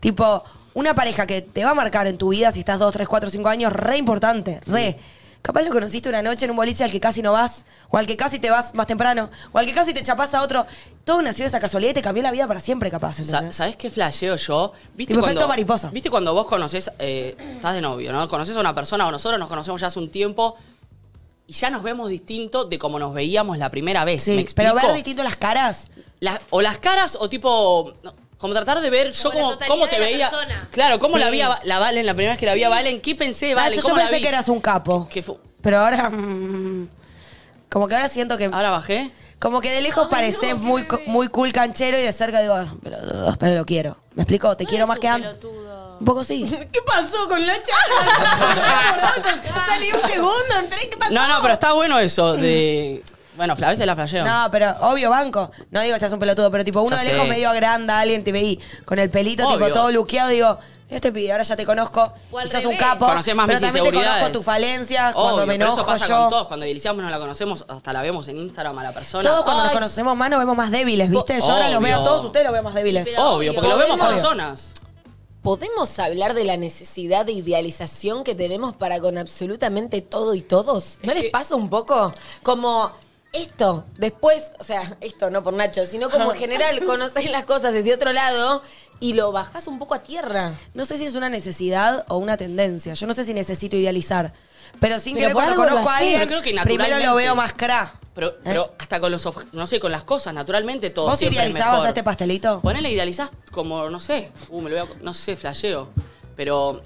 B: Tipo, una pareja que te va a marcar en tu vida si estás 2, 3, 4, 5 años, re importante, re. Capaz lo conociste una noche en un boliche al que casi no vas, o al que casi te vas más temprano, o al que casi te chapás a otro. Todo nació de esa casualidad y te cambió la vida para siempre, capaz,
C: Sa-
B: ¿entendés?
C: ¿Sabés qué flasheo yo? ¿Viste
B: Tipo efecto mariposa.
C: ¿Viste cuando vos conocés, eh, estás de novio, ¿no? Conoces a una persona o nosotros nos conocemos ya hace un tiempo y ya nos vemos distinto de como nos veíamos la primera vez. ¿Me
B: Sí,
C: explico?
B: pero ver distinto las caras.
C: La- o las caras o tipo. no, como tratar de ver yo
D: Como la
C: cómo,
D: totalidad
C: cómo
D: de
C: te
D: la
C: veía.
D: persona.
C: Claro, cómo
B: Sí.
C: la vi a, la Valen, la primera vez que la vi a Valen, ¿qué pensé, de
B: Ah,
C: Valen?
B: yo yo
C: ¿Cómo la
B: pensé
C: vi?
B: que eras un capo.
C: Que fu-
B: Pero ahora. mm, como que ahora siento que.
C: Ahora bajé.
B: Como que de lejos pareces muy, co- muy cool canchero y de cerca digo, "Ah, pelotudo, pero lo quiero. ¿Me explico? ¿Te quiero más que antes? Un poco sí.
E: ¿Qué pasó con la charla? Salí un segundo, entré, ¿qué pasó?
C: No, no, pero está bueno eso de. Bueno, a veces la flasheo.
B: No, pero obvio, banco. No digo que seas un pelotudo, pero tipo, uno
C: Ya
B: de lejos
C: sé.
B: medio agranda a alguien, te veí con el pelito,
C: Obvio.
B: tipo, todo luqueado, digo, este pibe, ahora ya te conozco,
D: O al
B: y sos un
D: revés.
B: capo.
C: Conocés más
B: pero
C: mis
B: también te conozco
C: inseguridades.
B: tus falencias,
C: Obvio,
B: cuando me
C: pero
B: enojo
C: eso pasa
B: yo.
C: con todos. Cuando deliciamos no la conocemos, hasta la vemos en Instagram a la persona.
B: Todos cuando
C: Ay,
B: nos conocemos más nos vemos más débiles, ¿viste? Yo ahora los
C: Obvio.
B: veo a todos, ustedes los veo más débiles.
D: Pero-
C: Obvio, porque lo
D: Obvio.
C: vemos personas.
E: ¿Podemos hablar de la necesidad de idealización que tenemos para con absolutamente todo y todos? ¿No
C: Es
E: les
C: que-
E: pasa un poco? Como esto, después, o sea, esto no por Nacho, sino como
C: Ah.
E: en general conocés las cosas desde otro lado y lo bajás un poco a tierra.
B: No sé si es una necesidad o una tendencia. Yo no sé si necesito idealizar. Pero sin
E: Pero
B: querer,
E: por
B: cuando
E: algo lo
B: conozco a
E: haces.
B: alguien,
C: Yo creo que
B: primero lo
C: naturalmente.
B: veo más cra.
C: Pero, pero hasta con los obje- no sé, con las cosas, naturalmente todo
B: ¿Eh? ¿Vos
C: siempre es
B: idealizabas
C: mejor.
B: a este pastelito?
C: Ponele idealizás como, no sé, uh, me lo veo, no sé, flasheo. Pero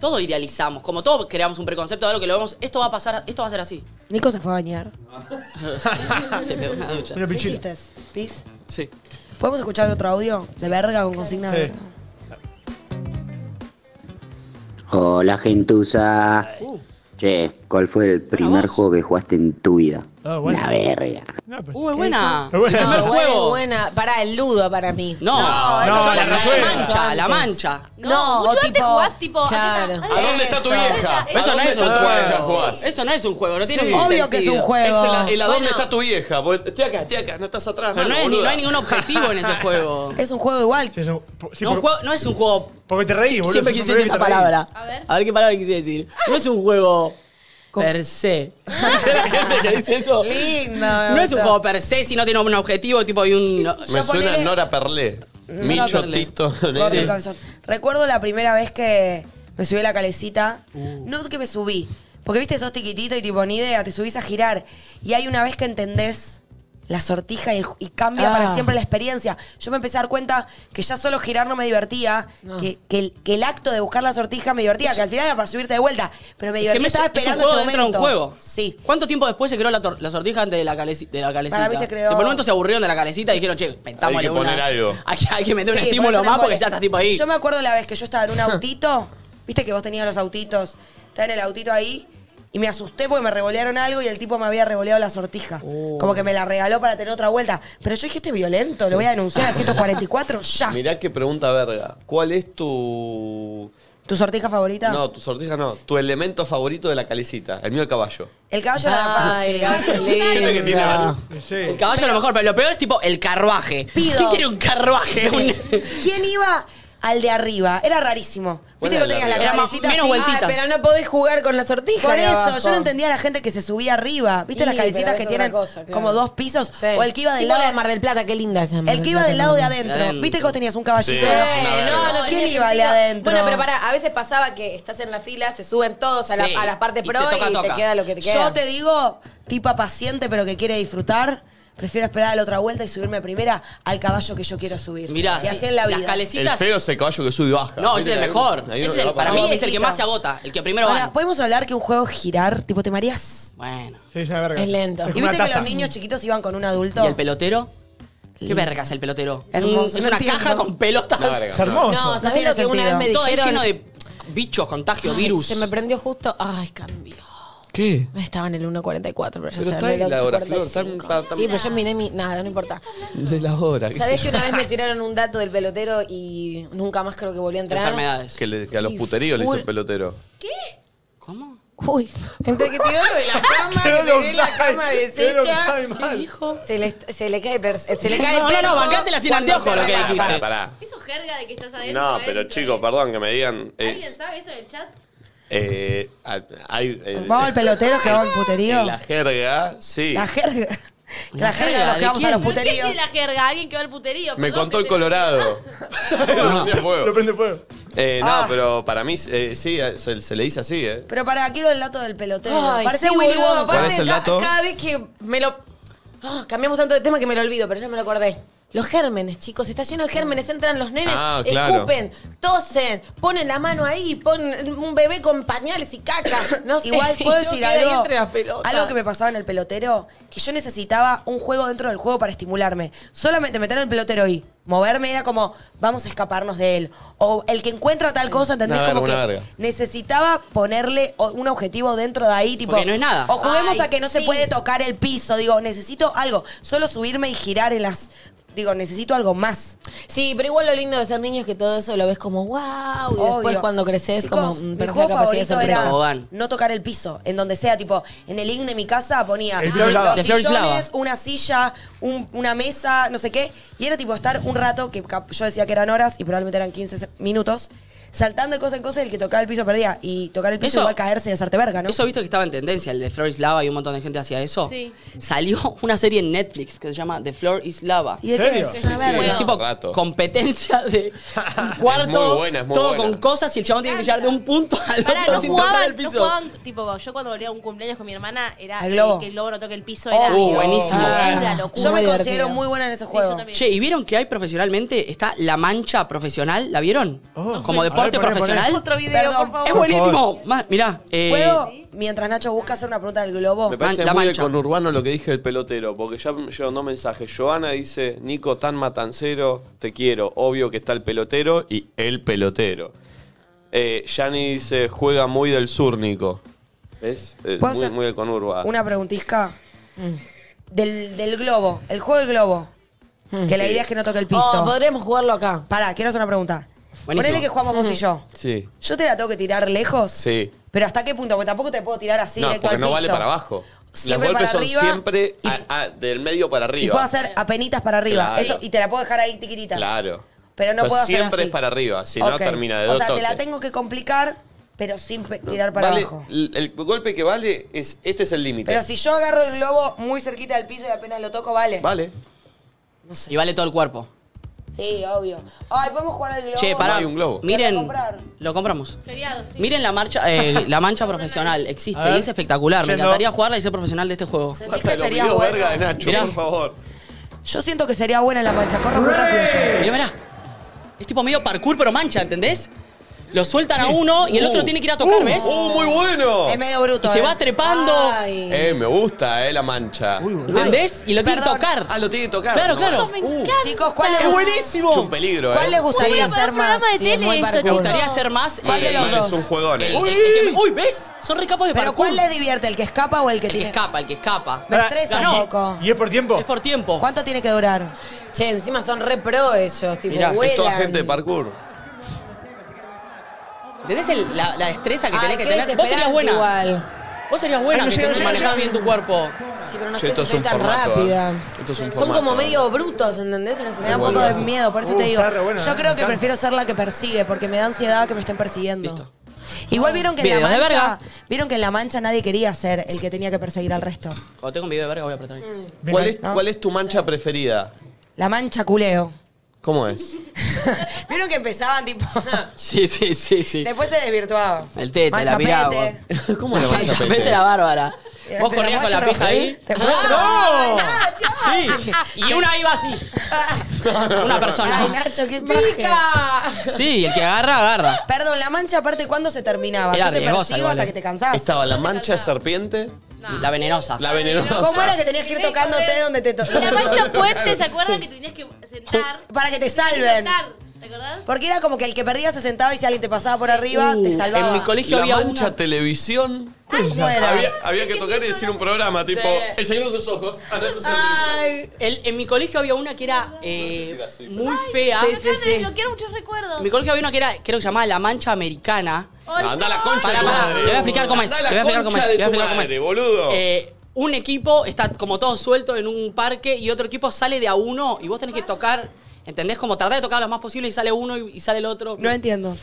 C: todo idealizamos, como todo creamos un preconcepto de algo que lo vemos, esto va a pasar, esto va a ser así.
B: Nico se fue a bañar.
C: Se pegó una ducha.
F: Una
B: ¿Qué
F: pichila.
B: hiciste? ¿Pis?
C: Sí.
B: ¿Podemos escuchar otro audio de verga con consigna? de
F: Sí.
B: verga?
K: Hola, gentuza.
C: Uh,
K: Che, ¿cuál fue el primer
C: vos.
K: juego que jugaste en tu vida?
F: Ah, bueno.
K: Una verga.
F: No, pero-
C: uh, es buena.
F: Es buena.
C: El primer
F: No,
E: igual es
C: juego.
E: buena. Pará, el ludo para mí.
C: No, no,
F: eso
C: la,
F: ya
C: la
F: fue.
C: mancha, la
E: Antes.
C: mancha.
D: No,
B: No,
D: mucho
B: o
D: antes
B: tipo-
D: jugás tipo. acá,
E: Claro.
D: acá,
J: ¿A dónde está tu
B: Eso.
J: vieja?
D: Eso
J: ¿A
C: no
J: dónde
C: es un
J: está tu
C: juego.
J: vieja jugás?
C: Eso no es un juego, no tiene
J: Sí.
C: un
B: Obvio que es un
C: sentido.
B: juego.
J: Es el, el a dónde
E: Bueno.
J: está tu vieja. Vos- Estoy acá, estoy acá, no estás atrás.
C: Pero no, es ni-
J: boluda.
C: no hay ningún objetivo en ese juego.
B: Es un juego igual.
F: Sí, es un- po- sí,
C: no, un
F: por-
C: juego- no es un juego.
F: Porque te reí, boludo.
C: Siempre
F: es un
C: quise decir
F: juego
C: esta
F: que te reí.
C: palabra.
D: A ver.
C: A ver qué palabra quise decir. No es un juego per se. Gente que dice eso.
B: Lindo.
C: No es un juego per se si no tiene un objetivo, tipo hay un.
J: Me
B: Yo
J: suena
B: ponele-
J: Nora Perlé. Micho
C: Perlé.
J: Tito.
B: Corte
J: Sí.
B: el cabezón. Recuerdo la primera vez que me subí a la calecita. No que me subí. Porque viste, sos tiquitito y tipo, ni idea, te subís a girar. Y hay una vez que entendés la sortija y, el ju- y cambia
E: Ah.
B: para siempre la experiencia. Yo me empecé a dar cuenta que ya solo girar no me divertía, que, que el, que el acto de buscar la sortija me divertía, que al final era para subirte de vuelta. Pero me
C: Es
B: divertía,
C: que me-
B: estaba
C: es un
B: esperando
C: juego
B: ese
C: dentro de un
B: momento.
C: juego.
B: Sí.
C: ¿Cuánto tiempo después se creó la, tor- la sortija antes de la, caleci- de la calecita?
B: Para mí se creó-
C: Tipo, en un momento se aburrieron de la calecita y dijeron, che, metámosle
J: Hay que
C: una-
J: poner algo.
C: Hay, que- hay que meter un
B: Sí,
C: estímulo
B: parece una
C: más porque
B: mole.
C: ya estás tipo ahí.
B: Yo me acuerdo la vez que yo estaba en un autito, viste que vos tenías los autitos, estaba en el autito ahí y me asusté porque me revolearon algo y el tipo me había revoleado la sortija.
C: Oh.
B: Como que me la regaló para tener otra vuelta. Pero yo dije, este es violento, lo voy a denunciar a 144 ya.
J: Mirá qué pregunta verga. ¿Cuál es tu.
B: ¿Tu sortija favorita?
J: No, tu sortija no. Tu elemento favorito de la calecita. El mío, el caballo.
B: El caballo era la fácil.
E: Ay, qué
J: Viste que tiene
E: linda.
J: la-
C: El
F: Sí.
C: caballo a lo mejor, pero lo peor es tipo el carruaje.
B: Pido.
C: ¿Quién quiere un carruaje? Un-
B: ¿Quién iba al de arriba? Era rarísimo.
J: ¿Cuál
B: Viste que
J: era
B: vos
J: el de
B: tenías la
C: arriba? Era más-
B: cabecita
C: menos
B: así.
C: vueltita.
E: Ah, pero no podés jugar con la sortija.
B: Por
E: de
B: eso,
E: abajo.
B: yo no entendía a la gente que se subía arriba. ¿Viste
E: Sí,
B: las calecitas
E: pero
B: que
E: es
B: tienen
E: otra cosa, claro.
B: como dos pisos?
E: Sí.
B: O el que iba del
E: Tipo
B: lado
E: la de Mar del Plata, qué linda esa.
B: El que iba del lado de adentro.
C: De adentro.
B: Viste que vos tenías un caballito.
J: Sí.
B: de-
J: una
E: no,
B: verga.
E: no
B: ¿Quién
E: tiene
B: iba al de
E: sentido.
B: adentro?
E: Bueno, pero para, a veces pasaba que estás en la fila, se suben todos a la,
C: Sí.
E: a la parte
C: Y
E: pro
C: te
E: y te,
C: toca, toca.
E: queda lo que te queda.
B: Yo te digo, tipa paciente pero que quiere disfrutar, prefiero esperar a la otra vuelta y subirme primera al caballo que yo quiero subir. y
C: Mirá,
B: así
C: sí,
B: en la
C: Las
B: vida.
J: El
C: calecitas.
J: feo es el caballo que sube y baja.
C: No,
J: Viste
C: ese es el
J: que hay
C: mejor.
J: uno- hay uno
C: Ese
J: que
C: es el-
J: va
C: para mí
J: abajo.
C: es el que más se agota, el que primero
B: Ahora,
C: va.
B: ¿podemos hablar que un juego es girar? Tipo, ¿te mareas?
C: Bueno.
F: Sí, es una verga.
E: Es lento.
B: Y
F: como
B: viste
F: una
B: que
F: taza.
B: los niños chiquitos iban con un adulto.
C: ¿Y el pelotero? ¿Qué verga es el pelotero? Mm,
B: Hermoso,
C: Es
B: no
C: una
B: entiendo.
C: caja con pelotas.
J: Una verga.
F: Es hermoso.
E: No, ¿sabés
B: No tiene
E: lo que una
B: sentido.
E: vez me
C: Todo ahí
E: dijeron?
C: lleno de bichos, contagios, virus.
E: Se me prendió justo. Ay, cambió.
J: ¿Qué?
E: Estaba en el 1.44, pero ya
J: Pero
E: estaba
J: está
E: en
J: ahí
E: el
J: la hora,
E: 11.45.
J: Flor, tan- tan-
E: Sí, pero yo miré mi. Nada, no importa.
J: De la hora. qué
E: ¿Sabés
J: sé
E: que
J: yo.
E: una vez me tiraron un dato del pelotero y nunca más creo que volví a entrar?
C: Enfermedades.
J: Que, le- que a los puteríos le hizo el pelotero.
C: ¿Cómo?
E: Uy, entre que tiró lo de la cama,
F: Quedó
E: que tenés la
F: doblada,
E: cama
F: quedó
E: deshecha.
F: doblada y mal.
E: ¿Qué dijo? Se le, se le cae, per- se le cae el
C: No, no, no,
E: perso
C: bancátela sin
E: cuando
C: anteojo
E: se
C: lo que
E: relaja.
C: dijiste.
J: pará.
D: Eso es jerga de que estás adentro.
J: No, pero
D: adentro,
J: chicos,
D: eh.
J: perdón que me digan.
D: ¿Alguien
J: Es,
D: sabe esto en el chat?
J: eh, a- hay, eh,
B: Vamos al pelotero que va al puterío.
J: en la jerga, sí.
B: La jerga.
C: ¿La
B: La jerga,
C: jerga
B: los
C: de
B: que vamos a
C: quién?
D: ¿Pero quién
B: los puteríos.
D: tiene la jerga? Alguien que va al puterío.
J: me
D: perdón,
J: contó
D: que
J: el
D: te-
J: Colorado. Lo prende fuego.
F: Lo prende fuego.
J: Eh,
C: Ah.
J: no, pero para mí eh, sí, eh, se, se le dice así, ¿eh?
B: Pero para, quiero el dato del pelotero.
E: Ay,
B: Parece
E: sí,
B: Willy
E: boludo,
B: Wonka.
E: aparte
J: ¿Cuál es el
E: ca-
J: dato?
E: Cada vez que me lo. Ah, cambiamos tanto de tema que me lo olvido, pero ya me lo acordé. Los gérmenes, chicos, está lleno de gérmenes. Entran los nenes,
J: Ah, claro.
E: escupen, tosen, ponen la mano ahí, ponen un bebé con pañales y caca. No sé.
B: Igual puedo
E: Y yo
B: decir
E: quedé ahí
B: algo,
E: entre las pelotas.
B: algo que me pasaba en el pelotero, que yo necesitaba un juego dentro del juego para estimularme. Solamente meter el pelotero y moverme era como, vamos a escaparnos de él. O el que encuentra tal cosa, ¿entendés?
J: Una verga,
B: como que
J: una verga.
B: necesitaba ponerle o- un objetivo dentro de ahí, tipo...
C: Porque no es nada.
B: O juguemos
E: Ay,
B: a que no se
E: sí.
B: puede tocar el piso, digo, necesito algo. Solo subirme y girar en las... Digo, necesito algo más.
E: Sí, pero igual lo lindo de ser niño es que todo eso lo ves como wow. Y después
B: Obvio.
E: cuando creces,
B: Chicos,
E: como mm,
B: mi
E: perdés la
B: juego
E: capacidad de
B: favorito era
E: sorpresa.
C: Tobogán.
B: no tocar el piso, en donde sea, tipo, en el link de mi casa ponía
F: El flor lava.
B: los
C: El flor lava.
B: sillones, una silla, un- una mesa, no sé qué, y era tipo estar un rato, que cap- yo decía que eran horas y probablemente eran 15 se- minutos, saltando de cosa en cosa, y el que tocaba el piso perdía, y tocar el piso
C: Eso-
B: igual caerse y hacerte verga, ¿no?
C: Eso visto que estaba en tendencia, el de Floor is Lava y un montón de gente hacía eso.
D: Sí.
C: Salió una serie en Netflix que se llama The Floor is Lava.
B: ¿Y de qué
F: ¿Serio?
B: es?
F: Sí,
B: Una
J: sí,
B: verga.
J: es
C: Es tipo
J: rato.
C: competencia de un cuarto,
J: Es muy buena, es muy
C: todo
J: buena.
C: con cosas y el chabón tiene que llegar de un punto al
D: Pará,
C: otro
D: no
C: sin tocar el
D: jugaban, no
C: piso.
D: jugaban, tipo, yo cuando volvía a un cumpleaños con mi hermana, era
B: Al globo. Ah.
D: eh, que el globo no toque el piso,
C: Oh,
D: era
C: uh, buenísimo.
D: una locura.
B: Yo me
E: divertido.
B: considero muy buena en ese
D: Sí,
B: juego.
D: yo también.
C: Che, ¿y vieron que hay profesionalmente? Está La Mancha Profesional, ¿la vieron?
F: Oh.
C: Como
F: A ver,
C: deporte
F: poné, poné.
C: profesional.
D: Otro video,
B: Perdón,
D: por
C: Es
D: favor.
C: buenísimo. Ma- mirá, eh,
B: ¿Puedo, mientras Nacho busca hacer una pregunta del globo?
J: Me parece
C: la
J: muy de
C: mancha.
J: conurbano lo que dije del pelotero, porque ya me llegaron dos mensajes. Joana dice, Nico, tan matancero, te quiero. Obvio que está el pelotero y el pelotero. Eh, Yani dice, juega muy del sur, Nico. ¿Ves? Eh,
B: ¿Puedo
J: muy,
B: hacer
J: muy de conurba.
B: Una preguntisca. Del, del globo, el juego del globo. Que la idea es que no toque el
E: Oh,
B: piso.
E: podremos jugarlo acá.
B: Pará, quiero hacer una pregunta.
C: Buenísimo.
B: Ponele que jugamos vos y yo.
J: Sí.
B: ¿Yo te la tengo que tirar lejos?
J: Sí.
B: ¿Pero hasta qué punto? Porque tampoco te puedo tirar así
J: no,
B: directo
J: porque
B: al
J: no
B: piso.
J: vale para abajo.
B: Siempre
J: Los golpes
B: para
J: son
B: arriba
J: siempre
B: y-
J: a- a- del medio para arriba.
B: Y puedo hacer apenitas para arriba.
J: Claro.
B: Eso, y te la puedo dejar ahí tiquitita.
J: Claro.
B: Pero no
J: Pero
B: puedo hacer
J: siempre
B: así.
J: es para arriba, si no
B: Ok.
J: termina de
B: O
J: dos
B: sea, te la
J: toques.
B: tengo que complicar, pero sin pe- tirar para
J: Vale,
B: abajo.
J: l- El, golpe que vale es, este es el límite.
B: Pero si yo agarro el globo muy cerquita del piso y apenas lo toco, vale.
J: Vale.
C: y vale todo el cuerpo.
B: Sí, obvio. Ay, podemos jugar al globo.
C: Che, pará.
J: hay un globo.
B: Voy a
C: Miren,
B: comprar.
C: lo compramos.
D: Feriado, sí.
C: Miren la marcha, eh, la mancha profesional existe
F: A ver.
C: y es espectacular. Me
F: Yendo.
C: encantaría jugarla y ser profesional de este juego.
B: ¿Sentís
J: Basta
B: que
J: de los
B: sería
J: videos
B: bueno?
J: verga de Nacho,
C: Mirá.
J: por favor.
B: Yo siento que sería buena en la mancha. Corro muy rápido yo.
C: Mirá, mirá. Es tipo medio parkour pero mancha, ¿entendés? Lo sueltan a uno y el otro
J: Uh,
C: tiene que ir a tocar,
J: uh,
C: ¿ves?
J: ¡Uh, muy bueno!
B: Es medio bruto.
C: Y se
B: eh.
C: va trepando,
E: Ay.
J: Eh, me gusta, eh, la mancha.
C: ¿entendés? Y lo tiene que
B: Perdón.
C: tocar.
J: Ah, lo tiene que tocar.
C: Claro, claro.
J: más.
C: Me
J: Uh,
B: Chicos, ¿cuál
C: ¡Es
B: les,
J: es
C: buenísimo!
J: un peligro, eh.
B: ¿cuál les gustaría
E: Uy,
B: hacer más?
E: de tele
C: Me gustaría hacer más.
B: ¿Cuál de
C: eh,
B: los
J: Man,
B: dos?
J: es un juegón, eh.
C: el- el- el que me- uy, ¿ves? Son re capos de
B: ¿Pero
C: parkour.
B: cuál les divierte? ¿El que escapa o el que
C: El que
B: tiene?
C: escapa, el que escapa.
B: Me estresa
C: Ganó.
B: un poco.
F: ¿Y es por tiempo?
C: Es por tiempo.
B: ¿Cuánto tiene que durar?
E: Che, encima son re pro ellos, tipo,
C: Mirá, es
J: Es
E: vuelan.
J: toda gente de parkour.
C: ¿Entendés el- la, la destreza que
E: Ay,
C: tenés que
E: qué
C: tener? Vos serías
E: desesperante
C: buena.
E: Igual.
C: Vos serías buena
F: Ay, no
C: que
F: llega,
C: tenés
F: llega,
C: manejado
F: llega.
C: bien tu cuerpo.
E: Sí, pero no
J: Che,
E: sé
J: esto
E: si
J: es
E: soy
J: un
E: tan
J: formato,
E: rápida.
J: ¿eh? Esto es un
E: Son
J: formato,
E: como
J: ¿eh?
E: medio brutos, ¿ententés? En ese
B: Me da un
J: Bueno.
B: poco de miedo, por eso
F: Uh,
B: te digo.
F: está re buena,
B: Yo
F: eh,
B: creo
F: me
B: que
F: encanta.
B: prefiero ser la que persigue, porque me da ansiedad que me estén persiguiendo.
C: Listo.
B: Igual vieron que en la
C: Videos de
B: mancha,
C: verga.
B: vieron que en la mancha nadie quería ser el que tenía que perseguir al resto.
C: Cuando tengo un video de verga voy a apretar ahí.
F: Me
J: ¿Cuál
F: encan-
J: es, ¿Cuál es tu mancha preferida?
B: La mancha culeo.
J: ¿Cómo es?
B: vieron que empezaban tipo.
C: Sí, sí, sí, sí.
B: después se desvirtuaba.
C: El tete, la piragua.
B: pete.
J: ¿Cómo es la mancha
C: Vete la
J: preferida?
C: bárbara. Vos
B: Te
C: corrías con la
B: muestro,
C: pija ahí.
B: ¿eh? Te muestro.
C: ¡Ah!
B: Nacho!
C: Sí. Y una iba así. Una
B: Ay,
C: persona.
B: Nacho, qué
E: ¡Pica!
C: Sí, el que agarra, agarra.
B: Perdón, la mancha aparte, ¿cuándo se terminaba?
C: Era
B: Yo te
C: riesgosa
B: persigo
C: igual,
B: hasta
C: eh.
B: que te cansás.
J: Estaba la mancha serpiente,
C: La venenosa.
J: la venenosa.
B: ¿Cómo era que tenías que ir tocándote donde te to-
D: Y la mancha puente, ¿se acuerdan que tenías que sentar?
B: Para que te salven.
D: Sentar, ¿Te acordás?
B: Porque era como que el que perdía se sentaba y si alguien te pasaba por arriba, te salvaba.
C: Uh, En mi colegio
J: La
C: había
J: mancha
C: una.
J: televisión.
B: ¿Cómo era?
J: Había, había que tocar y decir un programa, tipo, el señor de tus ojos. Ah, no, eso es el-
C: el- en mi colegio había una que era
J: No
C: eh,
J: sé si era así,
C: muy fea.
D: Me acaban de desbloquear muchos recuerdos.
C: En mi colegio había una que era, creo que se llamaba La Mancha Americana.
D: Ay,
J: Anda a la
D: no.
J: concha
C: Pará,
J: de tu
C: pará,
J: madre.
C: le voy a explicar cómo es.
J: Anda
C: Le
J: a la
C: voy a explicar cómo es.
J: concha
C: Le
J: de
C: voy a
J: tu
C: explicar cómo es.
J: madre, boludo.
C: Eh, un equipo está como todo suelto en un parque y otro equipo sale de a uno y vos tenés que tocar. ¿Entendés? Como tratar de tocar los más posibles y sale uno y, y sale el otro.
B: No entiendo.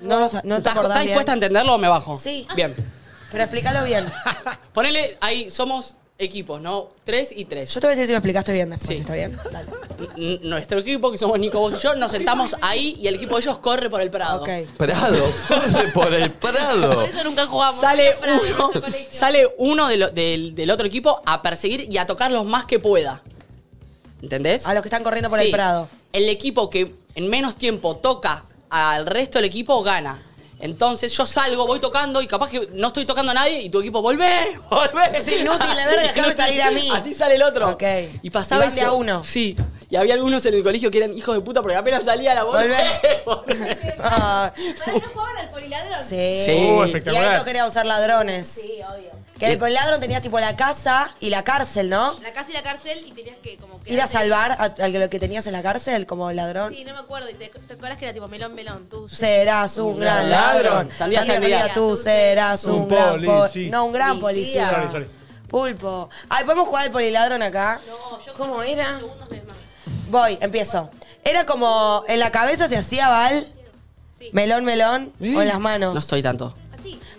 B: No lo sa- no te
C: ¿Estás,
B: acordás
C: estás
B: bien.
C: dispuesta a entenderlo o me bajo?
B: Sí.
C: Bien.
B: Pero explícalo bien.
C: Ponele, ahí somos equipos, ¿no? Tres y tres.
B: Yo te voy a decir si lo explicaste bien después,
C: Sí.
B: ¿está bien? Dale.
C: N- Nuestro equipo, que somos Nico, vos y yo, nos sentamos ahí y el equipo de ellos corre por el Prado.
B: Ok.
J: Prado, corre por el Prado.
D: Por eso nunca jugamos.
C: Sale
D: Nunca paramos en
C: uno,
D: nuestro colegio.
C: sale uno de lo- del, del otro equipo a perseguir y a tocar los más que pueda. ¿Entendés?
B: A los que están corriendo por el Prado.
C: El equipo que en menos tiempo toca al resto del equipo gana. Entonces yo salgo, voy tocando y capaz que no estoy tocando a nadie y tu equipo vuelve, volvé.
B: Es inútil, la verga, déjame
C: Inútil.
B: salir a mí.
C: Así sale el otro.
B: Ok.
C: Y pasaba
B: Y van de
C: eso.
B: a uno.
C: Sí. Y había algunos en el colegio que eran hijos de puta porque apenas salía la volvé.
B: Ah, Sí.
C: Sí. Uh,
B: Y
C: espectacular.
B: ahí no quería usar ladrones. Sí, obvio. Que por el ladrón tenías tipo la casa y la cárcel, ¿no?
D: La casa y la cárcel y tenías que como que...
B: Ir a salvar a- al que lo que tenías en la cárcel como ladrón.
D: Sí, no me acuerdo. Y te, te acuerdas que era tipo melón, melón. Tú
B: Serás un gran
C: Ladrón.
B: ladrón.
C: Sandía, sandía.
B: Tú serás un,
F: Un
B: gran
F: policía.
B: po- No, un gran policía.
F: Sorry, sorry.
B: Pulpo. Ay, ¿podemos jugar al poliladrón acá?
E: ¿Cómo era?
B: Voy, empiezo. Era como en la cabeza se hacía bal. Melón, melón. O en las manos.
C: No estoy tanto.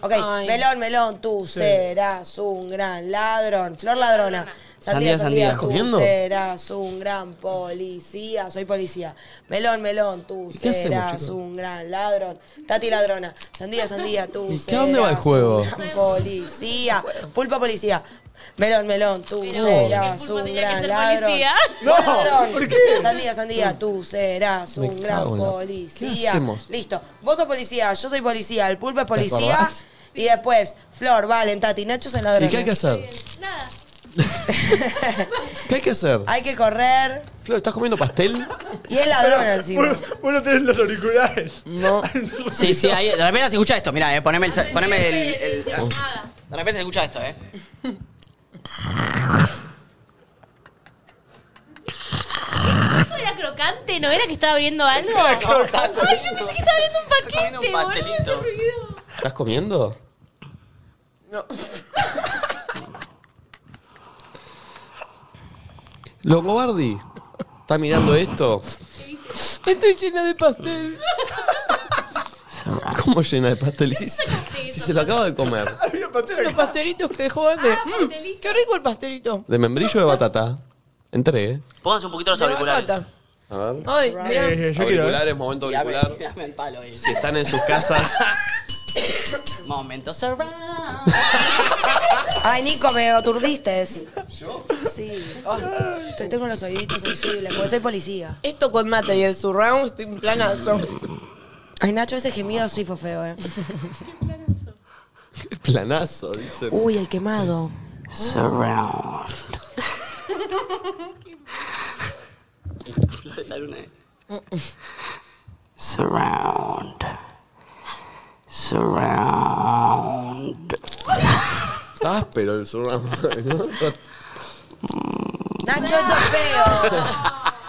B: Ok, melón, melón, tú serás un gran ladrón. Flor ladrona.
C: Sandía,
B: Sandía,
C: sandía.
B: sandía,
C: ¿Estás
B: tú
C: comiendo?
B: serás un gran policía. Soy policía. Melón, melón, tú
A: qué hacemos,
B: serás
A: chicos?
B: un gran ladrón. Tati ladrona. Sandía, sandía, tú
A: ¿Y qué a
B: serás
A: dónde va el juego?
B: un gran policía. Pulpa policía. Melón, melón, tú serás un gran
D: ser
B: ladrón.
D: policía.
B: No,
F: No, ¿por qué?
B: Sandía, sandía, tú serás
A: Me
B: un gran
A: cago en la- ¿Qué
B: policía.
A: hacemos?
B: Listo. Vos sos policía, yo soy policía, el pulpo es
A: ¿Te
B: policía.
A: acordás?
B: Y después, Flor, Valen, Tati, Nacho son ladrones.
A: ¿Y qué hay que hacer? ¿Qué hay que hacer?
B: Hay que correr.
A: Flor, ¿estás comiendo pastel?
B: Y es ladrón encima.
F: Bueno, bueno, tenés los auriculares.
C: No. Sí, sí, ahí, de repente se escucha esto. Mirá, eh, poneme el. Poneme el, el- de repente se escucha esto, eh.
D: ¿Eso era crocante? ¿No era que estaba abriendo algo? Ay, yo pensé que estaba abriendo un paquete,
C: un
D: boludo, ese
C: pastelito.
D: ruido.
A: ¿Estás comiendo?
E: No.
A: Longobardi, ¿está mirando esto?
C: Estoy llena de pastel.
A: ¿Cómo llena de pastel? Si, si se lo acaba de comer.
F: Había pantalla.
C: pastelitos que dejó antes.
D: Ah,
C: Mm, qué rico el pastelito.
A: ¿De membrillo o de batata? Entré, ¿eh?
C: Pónganse un poquito los auriculares.
A: A ver.
E: Ay,
F: Eh,
E: mirá.
F: eh, yo quiero, eh.
A: Auriculares, momento
C: Dame,
A: auricular.
C: dame el palo ahí.
A: Si están en sus casas,
C: Momento surround.
B: Ay, Nico, me aturdiste. ¿Yo? Sí. Ay, estoy, estoy con los oíditos sensibles, porque soy policía.
E: Esto con mate y el surround estoy en planazo.
B: Ay, Nacho, ese gemido sí fue feo, eh.
A: planazo, dicen.
B: Uy, el quemado.
C: Surround. Flor de la luna. eh. Surround. Surround.
A: Está áspero el surround. ¿no?
B: Nacho, eso es feo.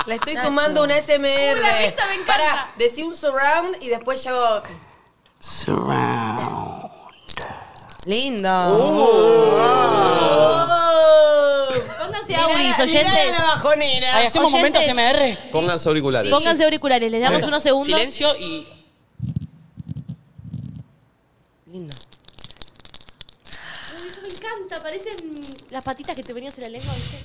E: Le estoy sumando una
C: Uh,
E: SMR.
D: Una risa, me encanta.
E: Pará, decí un surround y después yo.
C: Surround.
B: Lindo.
D: Pónganse auris, oyentes.
C: Ahí hacemos momentos
D: Oyentes.
C: MR.
A: Pónganse auriculares.
D: Pónganse auriculares, les damos unos segundos.
C: Silencio y.
B: Lindo.
D: Uy, eso me encanta, parecen las patitas que te venías en la lengua, ¿viste?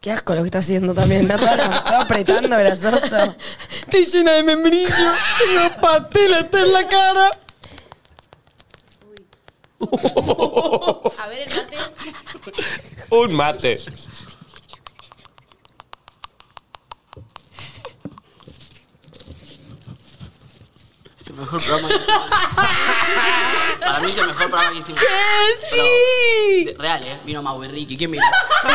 B: Qué asco lo que está haciendo también, Nato. Estaba apretando grasoso.
C: Estoy llena de membrillo. Tengo pastel hasta en la cara.
D: A ver el mate.
A: Un mate.
C: Es el mejor programa que hicimos. Para mí es el mejor programa que hicimos.
B: ¡Sí!
C: De- Real, ¿eh? Vino Mau y Ricky. ¿Quién vino?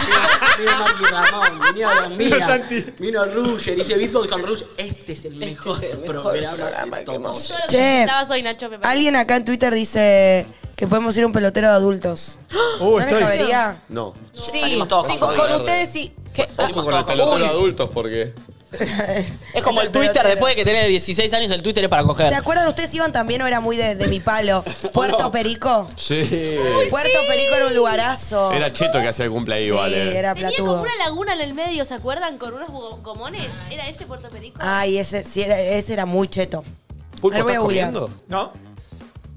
C: Vino vino Mau y Ramón. Vino Don Mira.
F: Vino Santi.
C: Vino Ruger. Hice beatbox con Ruger. Este es el mejor, programa, que tomamos.
D: Todo lo
B: Che.
D: que estabas hoy, Nacho, me parece.
B: Alguien acá en Twitter dice que podemos ir a un pelotero de adultos.
F: Uh,
B: ¿No les
F: estoy.
B: cabería?
A: No.
E: Sí,
C: Salimos todos
E: sí,
C: con
E: con,
C: Javier.
E: con ustedes sí. ¿Qué?
A: Salimos con el pelotero de adultos porque.
C: Es como el Twitter. Después de que tenés 16 años, el Twitter es para
B: ¿Se
C: coger.
B: acuerdan? ¿Ustedes iban también o era muy de, de mi palo? ¿Puerto Perico?
A: Sí.
B: Puerto Perico era un lugarazo.
A: Era Cheto que hacía el cumpleaños,
B: Sí,
A: vale.
B: era
D: Tenía como
B: platudo.
D: una laguna en el medio, ¿se acuerdan? Con unos gu- gomones. ¿Era ese Puerto Perico?
B: Ay, ese, sí, era, ese era muy cheto.
A: Pulpo,
B: Ahora voy
A: ¿estás
B: a googlear.
A: comiendo?
F: ¿No?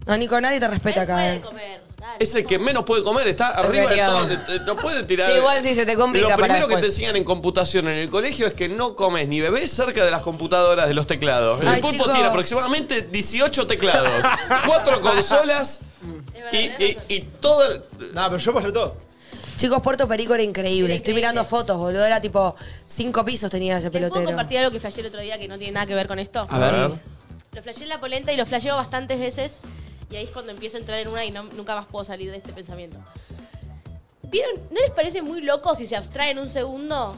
B: No, Nico, nadie te
D: Él
B: respeta acá.
D: puede
B: eh.
D: comer. Dale.
A: Es el que menos puede comer, está arriba de todo. de- de- No puede tirar.
E: Sí, igual sí, se te complica
A: Lo
E: para
A: primero que te
E: después.
A: enseñan en computación en el colegio es que no comes ni bebés cerca de las computadoras de los teclados. El
B: Ay,
A: pulpo
B: chicos.
A: tiene aproximadamente 18 teclados, cuatro consolas
D: Es verdad,
A: y,
D: tenés
A: y- y todo. el-
F: No, pero yo pasé todo.
B: Chicos, Puerto Perico era increíble. Estoy mirando fotos, boludo. Era tipo cinco pisos tenía
D: ¿Les
B: ese
D: puedo
B: pelotero.
D: compartir algo que flasheé el otro día que no tiene nada que ver con esto?
B: A ver.
D: Lo flasheé en la polenta y lo flasheo bastantes veces. Y ahí es cuando empiezo a entrar en una y no- nunca más puedo salir de este pensamiento. ¿Vieron? ¿No les parece muy loco si se abstraen un segundo